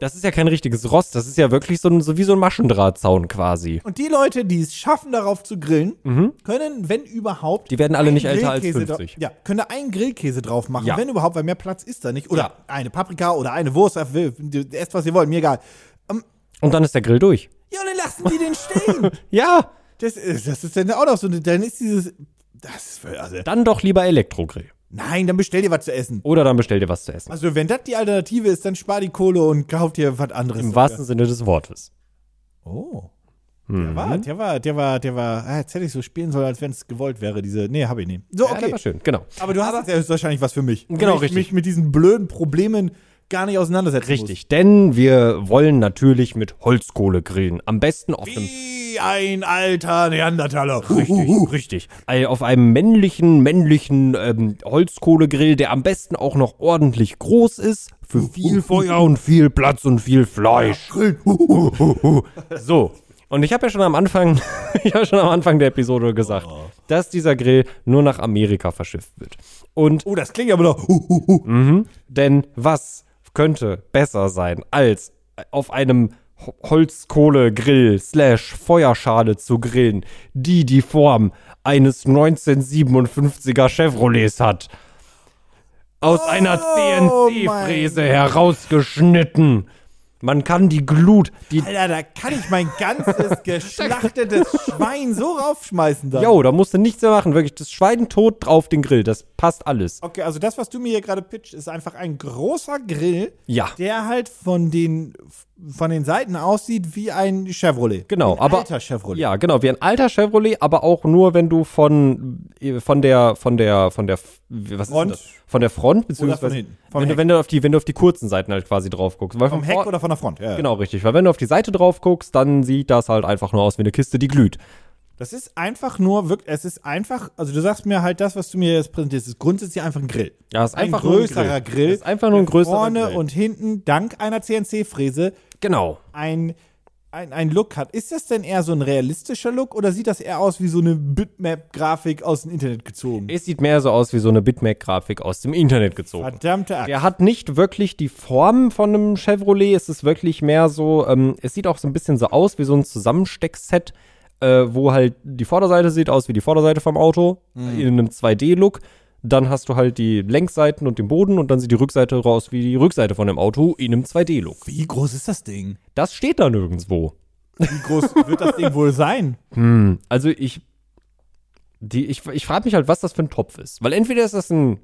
Das ist ja kein richtiges Rost, das ist ja wirklich so, ein, so wie so ein Maschendrahtzaun quasi. Und die Leute, die es schaffen, darauf zu grillen, können, wenn überhaupt. Mhm. Die werden alle einen nicht älter als Grillkäse 50. dra- Ja, können da einen Grillkäse drauf machen, Ja. wenn überhaupt, weil mehr Platz ist da nicht. Oder Ja. eine Paprika oder eine Wurst. äh, will- ihr Esst, was ihr wollt, mir egal. Und dann ist der Grill durch. Ja, und dann lassen die den stehen. Ja, Das ist, das ist dann auch noch so. eine- Dann ist dieses. Das ist voll- also, dann doch lieber Elektrogrill. Nein, dann bestell dir was zu essen. Oder dann bestell dir was zu essen. Also, wenn das die Alternative ist, dann spar die Kohle und kauf dir was anderes. Im wahrsten Sinne des Wortes. Oh. Mhm. Der war, der war, der war, der war. Ah, jetzt hätte ich so spielen sollen, als wenn es gewollt wäre. Diese. Nee, hab ich nicht. So, Ja, das okay. war schön, genau. Aber du hast jetzt ja höchstwahrscheinlich was für mich. Genau, Weil ich richtig. mich mit diesen blöden Problemen gar nicht auseinandersetzen Richtig, denn wir wollen natürlich mit Holzkohle grillen. Am besten auf muss. einem Wie ein alter Neandertaler. Richtig, richtig. Ei- Auf einem männlichen, männlichen ähm, Holzkohlegrill, der am besten auch noch ordentlich groß ist, für viel Feuer und viel Platz und viel Fleisch. So. Und ich habe ja schon am Anfang, ich habe schon am Anfang der Episode gesagt, dass dieser Grill nur nach Amerika verschifft wird. Und Oh, das klingt aber doch. Hm. denn was könnte besser sein, als auf einem Ho- Holzkohlegrill slash Feuerschale zu grillen, die die Form eines 1957er Chevrolets hat? Aus einer CNC-Fräse herausgeschnitten. Man kann die Glut, die. Alter, da kann ich mein ganzes geschlachtetes Schwein so raufschmeißen da. Jo, da musst du nichts mehr machen. Wirklich, das Schwein tot drauf den Grill. Das passt alles. Okay, also das, was du mir hier gerade pitcht, ist einfach ein großer Grill, Ja. der halt von den, von den Seiten aussieht wie ein Chevrolet. Genau, ein aber alter Chevrolet. Ja, genau, wie ein alter Chevrolet, aber auch nur wenn du von äh, von der von der von der wie- was Front? ist denn das? von der Front beziehungsweise hinten, vom wenn, du, Heck. wenn du auf die wenn du auf die kurzen Seiten halt quasi drauf guckst, weil Vom von Heck vor- oder von der Front? Ja, ja. genau richtig, weil wenn du auf die Seite drauf guckst, dann sieht das halt einfach nur aus wie eine Kiste, die glüht. Das ist einfach nur wirklich, es ist einfach, also du sagst mir halt das, was du mir jetzt präsentierst, ist grundsätzlich einfach ein Grill. Ja, ist ein einfach nur ein größerer Grill. Grill. Ist einfach nur ein der größerer vorne Grill. und hinten dank einer CNC-Fräse Genau. ein, ein, ein Look hat. Ist das denn eher so ein realistischer Look oder sieht das eher aus wie so eine Bitmap-Grafik aus dem Internet gezogen? Es sieht mehr so aus wie so eine Bitmap-Grafik aus dem Internet gezogen. Verdammte Axt. Der hat nicht wirklich die Form von einem Chevrolet. Es ist wirklich mehr so, ähm, es sieht auch so ein bisschen so aus wie so ein Zusammensteckset, äh, wo halt die Vorderseite sieht aus wie die Vorderseite vom Auto in einem 2D-Look. Dann hast du halt die Längsseiten und den Boden und dann sieht die Rückseite raus wie die Rückseite von dem Auto in einem 2D-Look. Wie groß ist das Ding? Das steht da nirgendwo. Wie groß wird das Ding wohl sein? Also ich, die, ich, ich frage mich halt, was das für ein Topf ist. Weil entweder ist das ein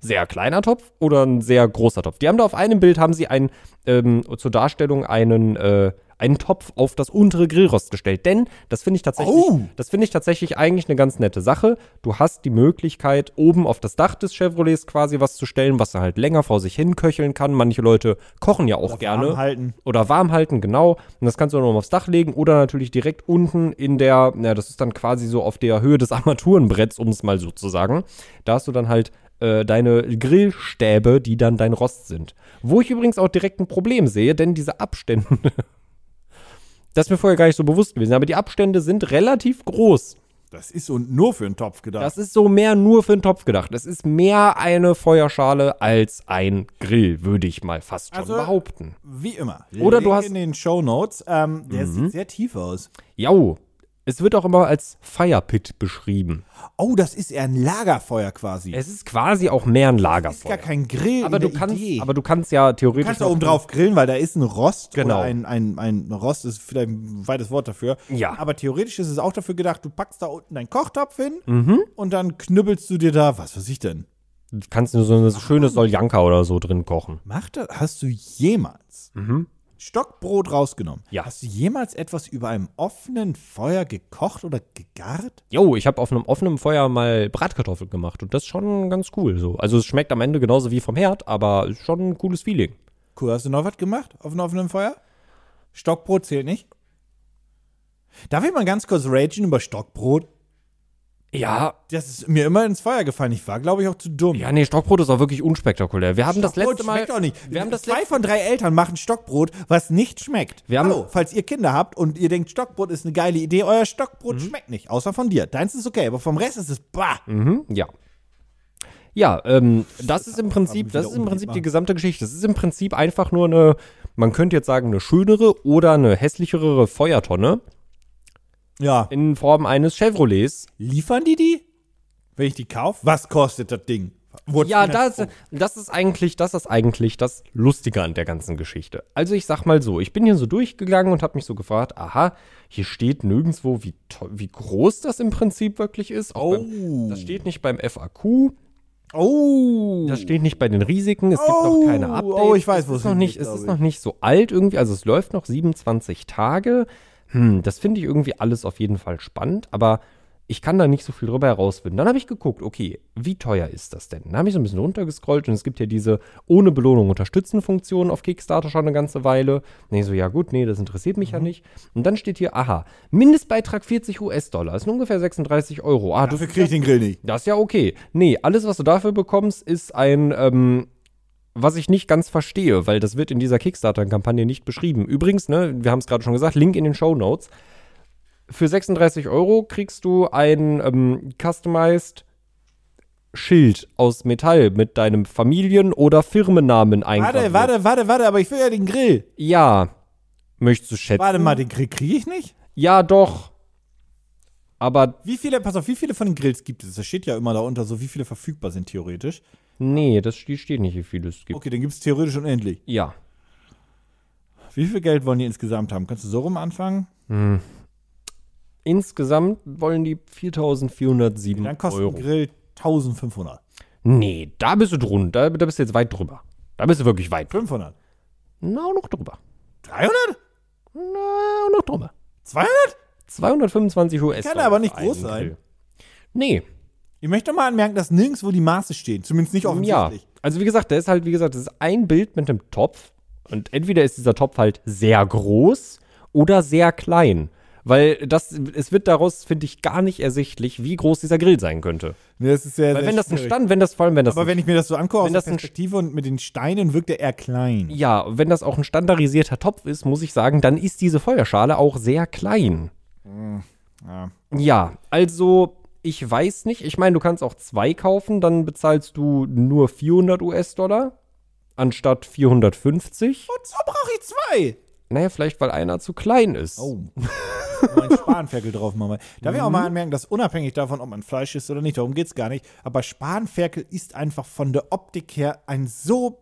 sehr kleiner Topf oder ein sehr großer Topf. Die haben da auf einem Bild, haben sie einen, ähm, zur Darstellung einen, äh, einen Topf auf das untere Grillrost gestellt. Denn, das finde ich tatsächlich, Oh. das finde ich tatsächlich eigentlich eine ganz nette Sache. Du hast die Möglichkeit, oben auf das Dach des Chevrolets quasi was zu stellen, was dann halt länger vor sich hin köcheln kann. Manche Leute kochen ja auch gerne Warm halten. oder warm halten, genau. Und das kannst du dann oben aufs Dach legen oder natürlich direkt unten in der, na, das ist dann quasi so auf der Höhe des Armaturenbretts, um es mal so zu sagen. Da hast du dann halt äh, deine Grillstäbe, die dann dein Rost sind. Wo ich übrigens auch direkt ein Problem sehe, denn diese Abstände, das ist mir vorher gar nicht so bewusst gewesen, aber die Abstände sind relativ groß. Das ist und nur für einen Topf gedacht. Das ist so mehr nur für den Topf gedacht. Das ist mehr eine Feuerschale als ein Grill, würde ich mal fast schon Also- behaupten. wie immer. Oder du Link hast- Mhm. in den Show Notes. Ähm, der sieht sehr tief aus. Jau. Es wird auch immer als Firepit beschrieben. Oh, das ist eher ein Lagerfeuer quasi. Es ist quasi auch mehr ein ist gar Lagerfeuer. kein Grill. Aber in du, der kannst, Idee. aber du kannst ja theoretisch. du kannst da noch- oben drauf grillen, weil da ist ein Rost. Genau. Oder ein, ein, ein Rost ist vielleicht ein weites Wort dafür. Ja. Aber theoretisch ist es auch dafür gedacht, du packst da unten deinen Kochtopf hin Mhm. und dann knüppelst du dir da, was weiß ich denn? Du kannst nur so eine schöne Soljanka oder so drin kochen. Macht das, hast du jemals Stockbrot rausgenommen? Mhm. Ja. Hast du jemals etwas über einem offenen Feuer gekocht oder gegart? Jo, ich habe auf einem offenen Feuer mal Bratkartoffeln gemacht und das ist schon ganz cool. So. Also es schmeckt am Ende genauso wie vom Herd, aber ist schon ein cooles Feeling. Cool, hast du noch was gemacht auf einem offenen Feuer? Stockbrot zählt nicht. Darf ich mal ganz kurz ragen über Stockbrot? Ja, Das ist mir immer ins Feuer gefallen. Ich war, glaube ich, auch zu dumm. ja, nee, Stockbrot ist auch wirklich unspektakulär. Wir haben das letzte Mal. schmeckt auch nicht. Wir haben das Zwei letzte von drei Eltern machen Stockbrot, was nicht schmeckt. Wir haben- Hallo, falls ihr Kinder habt und ihr denkt, Stockbrot ist eine geile Idee, euer Stockbrot schmeckt nicht. Außer von dir. Deins ist okay, aber vom Rest ist es bah. Mhm, ja. Ja, ähm, das ist im Prinzip, das ist im unbedingt Prinzip die machen. gesamte Geschichte. Das ist im Prinzip einfach nur eine, man könnte jetzt sagen, eine schönere oder eine hässlichere Feuertonne Ja. in Form eines Chevrolets. Liefern die die? Wenn ich die kaufe? Was kostet das Ding? Wurde Ja, das, das ist eigentlich, das ist eigentlich das Lustige an der ganzen Geschichte. Also ich sag mal so, ich bin hier so durchgegangen und habe mich so gefragt, aha, hier steht nirgendwo, wie, to- wie groß das im Prinzip wirklich ist. Auch Beim, das steht nicht beim FAQ, Oh. Das steht nicht bei den Risiken, es gibt noch keine Oh, Updates. oh, ich weiß, wo es es ist noch nicht, hingeht, Es ist glaub noch nicht so alt irgendwie, also es läuft noch 27 Tage. Hm, das finde ich irgendwie alles auf jeden Fall spannend, aber ich kann da nicht so viel drüber herausfinden. Dann habe ich geguckt, okay, wie teuer ist das denn? Dann habe ich so ein bisschen runtergescrollt und es gibt ja diese ohne Belohnung unterstützen Funktion auf Kickstarter schon eine ganze Weile. Nee, so ja gut, nee, das interessiert mich ja Mhm. nicht. Und dann steht hier, aha, Mindestbeitrag 40 US-Dollar, ist nur ungefähr 36 Euro. Ah, das Dafür kriege ich den Grill nicht. das ist ja okay. Nee, alles, was du dafür bekommst, ist ein, ähm, was ich nicht ganz verstehe, weil das wird in dieser Kickstarter-Kampagne nicht beschrieben. Übrigens, ne, wir haben es gerade schon gesagt, Link in den Show Notes. Für 36 Euro kriegst du ein ähm, customized Schild aus Metall mit deinem Familien- oder Firmennamen eingraviert. Warte, warte, warte, warte, aber ich will ja den Grill. Ja, möchtest du schätzen? Warte mal, den Grill kriege ich nicht? Ja, doch. Aber Wie viele, pass auf, wie viele von den Grills gibt es? Das steht ja immer da unter, so wie viele verfügbar sind theoretisch. nee, das steht steht nicht, wie viel es gibt. Okay, dann gibt es theoretisch unendlich. Ja. Wie viel Geld wollen die insgesamt haben? Kannst du so rum anfangen? Insgesamt wollen die 4.407 Dann kostet Euro. ein Grill 1500. Nee, da bist du drun. Da, da bist du jetzt weit drüber. Da bist du wirklich weit drüber. 500. Na, auch noch drüber. 300? Na, auch noch drüber. 200? 225 US. Kann aber nicht groß sein. Nee, Ich möchte mal anmerken, dass nirgendwo die Maße stehen. Zumindest nicht ja. offensichtlich. Also wie gesagt, da ist halt, wie gesagt, das ist ein Bild mit einem Topf. Und entweder ist dieser Topf halt sehr groß oder sehr klein. Weil das, es wird daraus, finde ich, gar nicht ersichtlich, wie groß dieser Grill sein könnte. Nee, das ist sehr, Weil sehr wenn das ein schwierig. Stand, wenn das vor allem, wenn das ein Aber wenn ich mir das so angucke aus Wenn der das ein- Perspektive und mit den Steinen wirkt er eher klein. Ja, wenn das auch ein standardisierter Topf ist, muss ich sagen, dann ist diese Feuerschale auch sehr klein. Hm, Ja, also ich weiß nicht. Ich meine, du kannst auch zwei kaufen, dann bezahlst du nur 400 US-Dollar anstatt 450. Und Oh, so brauche ich zwei. Naja, vielleicht weil einer zu klein ist. Oh. Mein Spanferkel drauf machen. Darf ich auch Mhm. mal anmerken, dass unabhängig davon, ob man Fleisch isst oder nicht, darum geht's gar nicht, aber Spanferkel ist einfach von der Optik her ein so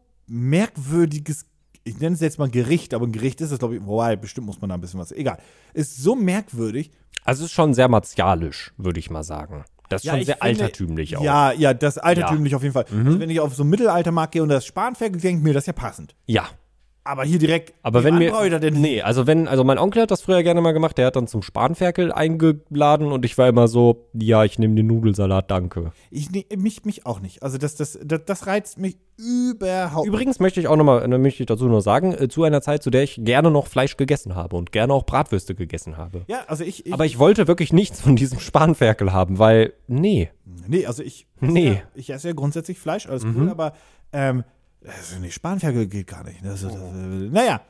merkwürdiges, ich nenne es jetzt mal Gericht, aber ein Gericht ist es, glaube ich, wobei, bestimmt muss man da ein bisschen was, egal. Ist so merkwürdig. Also es ist schon sehr martialisch, würde ich mal sagen. Das ist schon ich sehr finde- altertümlich auch. Mhm. Ja, ja, das altertümlich auf jeden Fall. Also wenn ich auf so einen Mittelaltermarkt gehe und das Spanferkel, denke mir das ist ja passend. ja. Aber hier direkt, Aber die wenn mir. Anbräuter denn nee, also wenn, also mein Onkel hat das früher gerne mal gemacht, der hat dann zum Spanferkel eingeladen und ich war immer so, ja, ich nehme den Nudelsalat, danke. Ich, nee, mich, mich auch nicht. Also das, das, das, das reizt mich überhaupt nicht. Übrigens möchte ich auch nochmal, möchte ich dazu noch sagen, äh, zu einer Zeit, zu der ich gerne noch Fleisch gegessen habe und gerne auch Bratwürste gegessen habe. Ja, also ich, ich Aber ich wollte wirklich nichts von diesem Spanferkel haben, weil, nee. nee, also ich esse Nee. Mhm. ja, ich esse ja grundsätzlich Fleisch, alles cool, aber ähm, also nee, Spanferkel geht gar nicht. Das, das, äh, naja,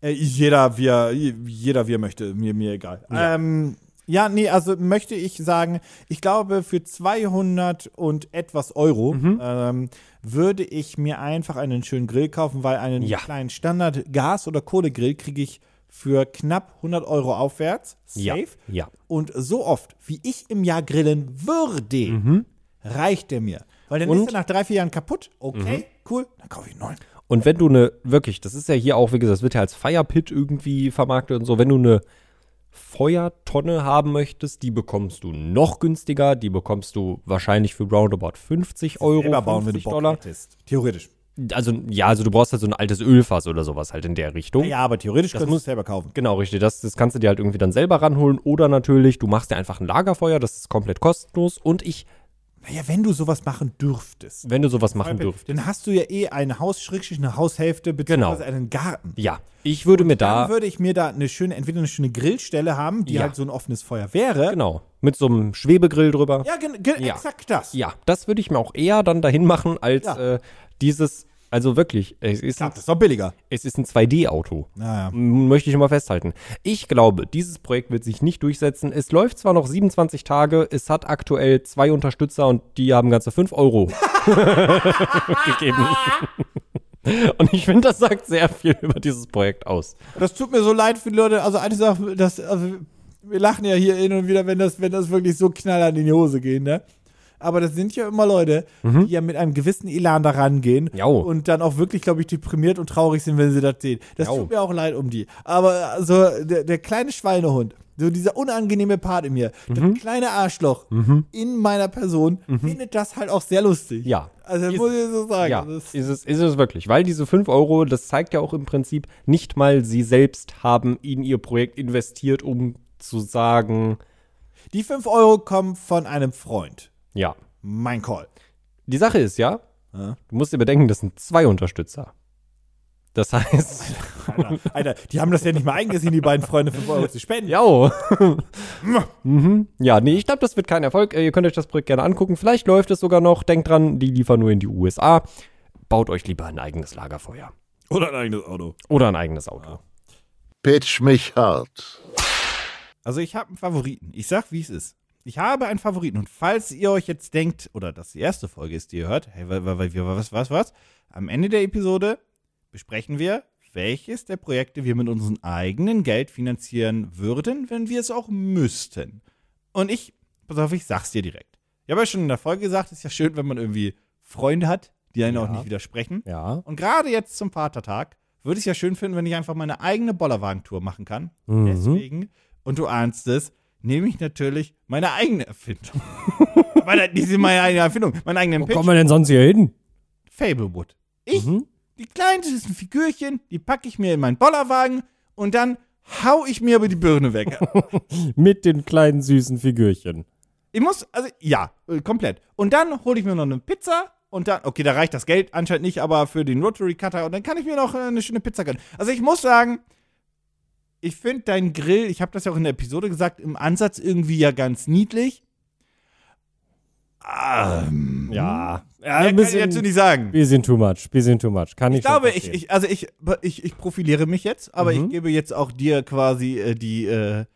äh, jeder wie er, jeder wie er möchte, mir mir egal. Ja. Ähm, ja, nee, also möchte ich sagen, ich glaube für 200 und etwas Euro Mhm. ähm, würde ich mir einfach einen schönen Grill kaufen, weil einen Ja. kleinen Standard Gas- oder Kohlegrill kriege ich für knapp 100 Euro aufwärts. Safe. Ja, ja. Und so oft, wie ich im Jahr grillen würde, reicht der mir. Weil dann Und- ist er nach drei, vier Jahren kaputt. Okay, Mhm. cool, dann kaufe ich einen neuen. Und wenn du eine, wirklich, das ist ja hier auch, wie gesagt, das wird ja als Firepit irgendwie vermarktet und so, wenn du eine Feuertonne haben möchtest, die bekommst du noch günstiger, die bekommst du wahrscheinlich für roundabout 50 Euro, Selber 50 bauen, wenn du Bock Dollar. hättest. Theoretisch. Also, ja, also du brauchst halt so ein altes Ölfass oder sowas halt in der Richtung. Ah, Ja, aber theoretisch kannst du es selber kaufen. Genau, richtig. Das, das kannst du dir halt irgendwie dann selber ranholen. Oder natürlich, du machst dir einfach ein Lagerfeuer, das ist komplett kostenlos. Und ich Naja, wenn du sowas machen dürftest. wenn du sowas machen dürftest. Dann hast du ja eh eine Haus, Schrägstrich, eine Haushälfte, beziehungsweise einen Garten. Genau. Ja, ich würde mir Dann da, würde ich mir da eine schöne, entweder eine schöne Grillstelle haben, die Ja. halt so ein offenes Feuer wäre. genau, mit so einem Schwebegrill drüber. Ja, gen gen Ja. exakt das. Ja, das würde ich mir auch eher dann dahin machen, als Ja. äh, dieses, also wirklich, es ist, Klar, ein, das ist doch billiger. es ist ein 2D-Auto. Naja. M- Möchte ich nochmal festhalten. Ich glaube, dieses Projekt wird sich nicht durchsetzen. Es läuft zwar noch 27 Tage, es hat aktuell zwei Unterstützer und die haben ganze 5 Euro gegeben. und ich finde, das sagt sehr viel über dieses Projekt aus. Das tut mir so leid für die Leute. Also eine Sache, das, also wir lachen ja hier hin und wieder, wenn das, wenn das wirklich so knallhart in die Hose gehen, ne? Aber das sind ja immer Leute, die ja mit einem gewissen Elan da rangehen Mhm. Jau. und dann auch wirklich, glaube ich, deprimiert und traurig sind, wenn sie das sehen. Das Jau. tut mir auch leid um die. Aber also der, der kleine Schweinehund, so dieser unangenehme Part in mir, Mhm. das kleine Arschloch in meiner Person, findet das halt auch sehr lustig. Ja. Also das Ist- muss ich so sagen. Ja, Das- ist es, ist es wirklich. Weil diese 5 Euro, das zeigt ja auch im Prinzip, nicht mal sie selbst haben in ihr Projekt investiert, um zu sagen, Die 5 Euro kommen von einem Freund. ja. Mein Call. Die Sache ist ja, Ja. du musst dir bedenken, das sind zwei Unterstützer. Das heißt, Alter, Alter, die haben das ja nicht mal eingesehen, die beiden Freunde 5 Euro zu spenden. ja. oh. mhm. Ja, nee, ich glaube, das wird kein Erfolg. Äh, Ihr könnt euch das Projekt gerne angucken. Vielleicht läuft es sogar noch. Denkt dran, die liefern nur in die USA. Baut euch lieber ein eigenes Lagerfeuer. Oder ein eigenes Auto. Oder ein eigenes Auto. Pitch mich hart. Also ich habe einen Favoriten. Ich sag, wie es ist. Ich habe einen Favoriten. Und falls ihr euch jetzt denkt, oder das die erste Folge ist, die ihr hört, hey, wa- wa- wa- was, was, was? Am Ende der Episode besprechen wir, welches der Projekte wir mit unserem eigenen Geld finanzieren würden, wenn wir es auch müssten. Und ich, pass auf, ich sag's dir direkt. Ich habe ja schon in der Folge gesagt, ist ja schön, wenn man irgendwie Freunde hat, die einen auch Ja. nicht widersprechen. Ja. Und gerade jetzt zum Vatertag würde ich es ja schön finden, wenn ich einfach meine eigene Bollerwagentour machen kann. Mhm. Deswegen, und du ahnst es, nehme ich natürlich meine eigene Erfindung. meine, diese meine eigene Erfindung, meinen eigenen Wo Pitch. kommen wir denn sonst hier hin? Fablewood. Ich, Mhm. die kleinsten Figürchen, die packe ich mir in meinen Bollerwagen und dann hau ich mir aber die Birne weg. Mit den kleinen süßen Figürchen. Ich muss, also ja, äh, komplett. Und dann hole ich mir noch eine Pizza und dann, okay, da reicht das Geld anscheinend nicht, aber für den Rotary Cutter und dann kann ich mir noch äh, eine schöne Pizza gönnen. Also ich muss sagen, ich finde deinen Grill, ich habe das ja auch in der Episode gesagt, im Ansatz irgendwie ja ganz niedlich. Ähm, Ja. mehr ein kann ich dazu bisschen, nicht sagen. bisschen too much, bisschen too much. Kann ich, Ich glaube, schon ich, verstehen. Mhm. ich, also ich, ich, ich profiliere mich jetzt, aber ich gebe jetzt auch dir quasi äh, die, äh,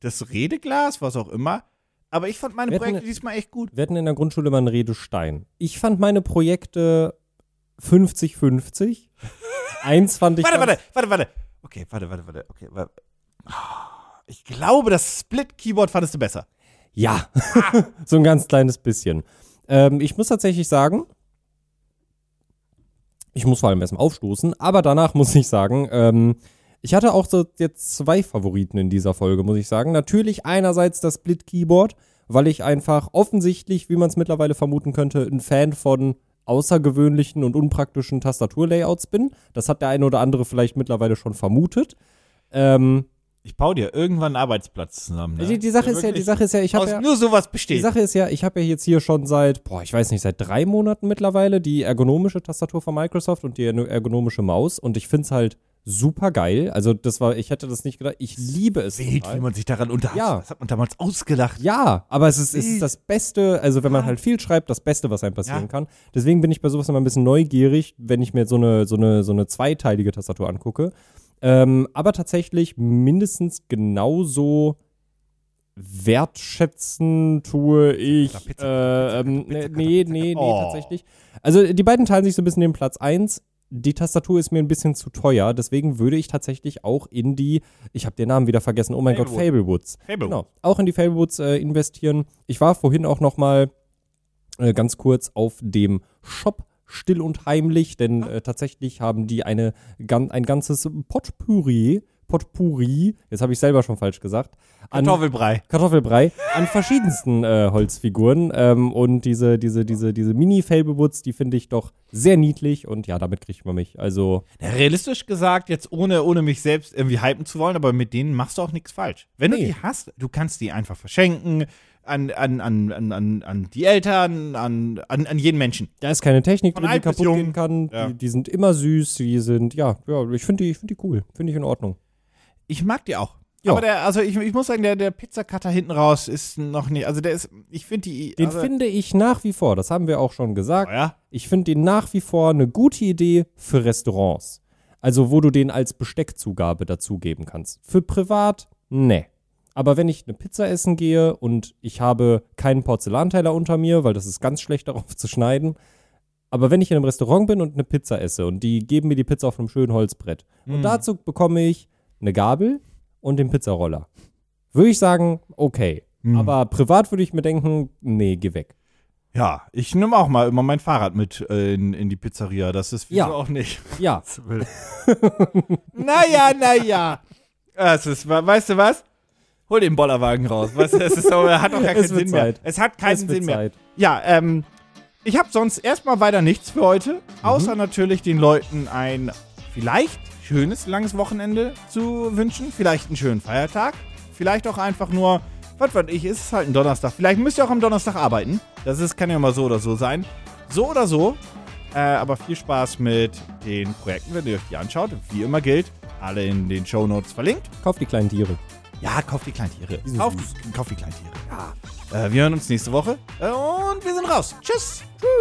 das Redeglas, was auch immer. Aber ich fand meine Wir hatten- Projekte diesmal echt gut. Wir hatten in der Grundschule mal einen Redestein. Ich fand meine Projekte 50-50. Eins fand ich. Warte, ganz- warte, warte, warte. Okay, warte, warte, warte. Okay, warte. Ich glaube, das Split-Keyboard fandest du besser. Ja, so ein ganz kleines bisschen. Ähm, ich muss tatsächlich sagen, ich muss vor allem erstmal aufstoßen, aber danach muss ich sagen, ähm, ich hatte auch so jetzt zwei Favoriten in dieser Folge, muss ich sagen. Natürlich einerseits das Split Keyboard, weil ich einfach offensichtlich, wie man es mittlerweile vermuten könnte, ein Fan von außergewöhnlichen und unpraktischen Tastaturlayouts bin. Das hat der eine oder andere vielleicht mittlerweile schon vermutet. Ähm, Ich baue dir irgendwann einen Arbeitsplatz zusammen. Ne? die, die Sache ist ja, die Sache ist ja, ich habe aus ja nur sowas die besteht. Sache ist ja, ich habe ja jetzt hier schon seit, boah, ich weiß nicht, seit drei Monaten mittlerweile die ergonomische Tastatur von Microsoft und die ergonomische Maus und ich finde es halt super geil. Also das war, ich hätte das nicht gedacht. Ich liebe es. Seht, wie man sich daran unterhält. Ja. Das hat man damals ausgelacht. Ja, aber es ist, es Wild. ist das Beste, also wenn man halt viel schreibt, das Beste, was einem passieren Ja. kann. Deswegen bin ich bei sowas immer ein bisschen neugierig, wenn ich mir jetzt so eine, so eine, so eine zweiteilige Tastatur angucke. Ähm, aber tatsächlich mindestens genauso wertschätzen tue ich. Pizza, Pizza, äh, ähm, Pizza, Pizza, Nee, nee, nee, Oh. tatsächlich. Also die beiden teilen sich so ein bisschen den Platz eins. Die Tastatur ist mir ein bisschen zu teuer, deswegen würde ich tatsächlich auch in die, ich habe den Namen wieder vergessen, oh mein Gott, Fablewood. Fablewoods. Fablewood. Genau, auch in die Fablewoods äh, investieren. Ich war vorhin auch noch mal äh, ganz kurz auf dem Shop still und heimlich, denn äh, tatsächlich haben die eine, gan ein ganzes Potpourri, Potpourri, jetzt habe ich selber schon falsch gesagt, an Kartoffelbrei. Kartoffelbrei an verschiedensten äh, Holzfiguren ähm, und diese, diese, diese, diese Mini-Fablewoods, die finde ich doch sehr niedlich und ja, damit kriegt man mich. Also Ja, realistisch gesagt, jetzt ohne, ohne mich selbst irgendwie hypen zu wollen, aber mit denen machst du auch nichts falsch. Wenn Nee. du die hast, du kannst die einfach verschenken. an, an, an, an, an, an die Eltern, an, an, an jeden Menschen. Da ist keine Technik, Von drin, die alt bis kaputt jung. gehen kann. Ja. Die, die sind immer süß, die sind, ja, ja, ich finde die, ich find die cool. Finde ich in Ordnung. Ich mag die auch. Ja. Aber der, also ich, ich muss sagen, der, der Pizzacutter hinten raus ist noch nicht, also der ist, ich finde die. Den also, Oh finde ich nach wie vor, das haben wir auch schon gesagt. ja. Ich finde den nach wie vor eine gute Idee für Restaurants. Also, wo du den als Besteckzugabe dazugeben kannst. Für privat, ne. Aber wenn ich eine Pizza essen gehe und ich habe keinen Porzellanteller unter mir, weil das ist ganz schlecht darauf zu schneiden. Aber wenn ich in einem Restaurant bin und eine Pizza esse und die geben mir die Pizza auf einem schönen Holzbrett Mm. und dazu bekomme ich eine Gabel und den Pizzaroller, würde ich sagen, okay. Mm. Aber privat würde ich mir denken, nee, geh weg. Ja, ich nehme auch mal immer mein Fahrrad mit äh, in, in die Pizzeria. Das ist wieso Ja. auch nicht. Ja, naja, naja. Es ist, we- weißt du was? Hol den Bollerwagen raus. Weißt du, es ist so, hat doch gar keinen Es wird Sinn mehr. Zeit. Es hat keinen Es wird Sinn mehr. Zeit. Ja, ähm, ich habe sonst erstmal weiter nichts für heute, außer natürlich den Leuten ein vielleicht schönes langes Wochenende zu wünschen, vielleicht einen schönen Feiertag, vielleicht auch einfach nur, was weiß ich, ist halt ein Donnerstag. Vielleicht müsst ihr auch am Donnerstag arbeiten. Das ist, kann ja mal so oder so sein. So oder so. Äh, aber viel Spaß mit den Projekten, wenn ihr euch die anschaut. Wie immer gilt, alle in den Shownotes verlinkt. kauf die kleinen Tiere. Ja, kauft die Kleintiere. Die sind Kauft süß. kauf die Kleintiere. Ja. Äh, wir hören uns nächste Woche. Äh, und wir sind raus. Tschüss. Tschüss.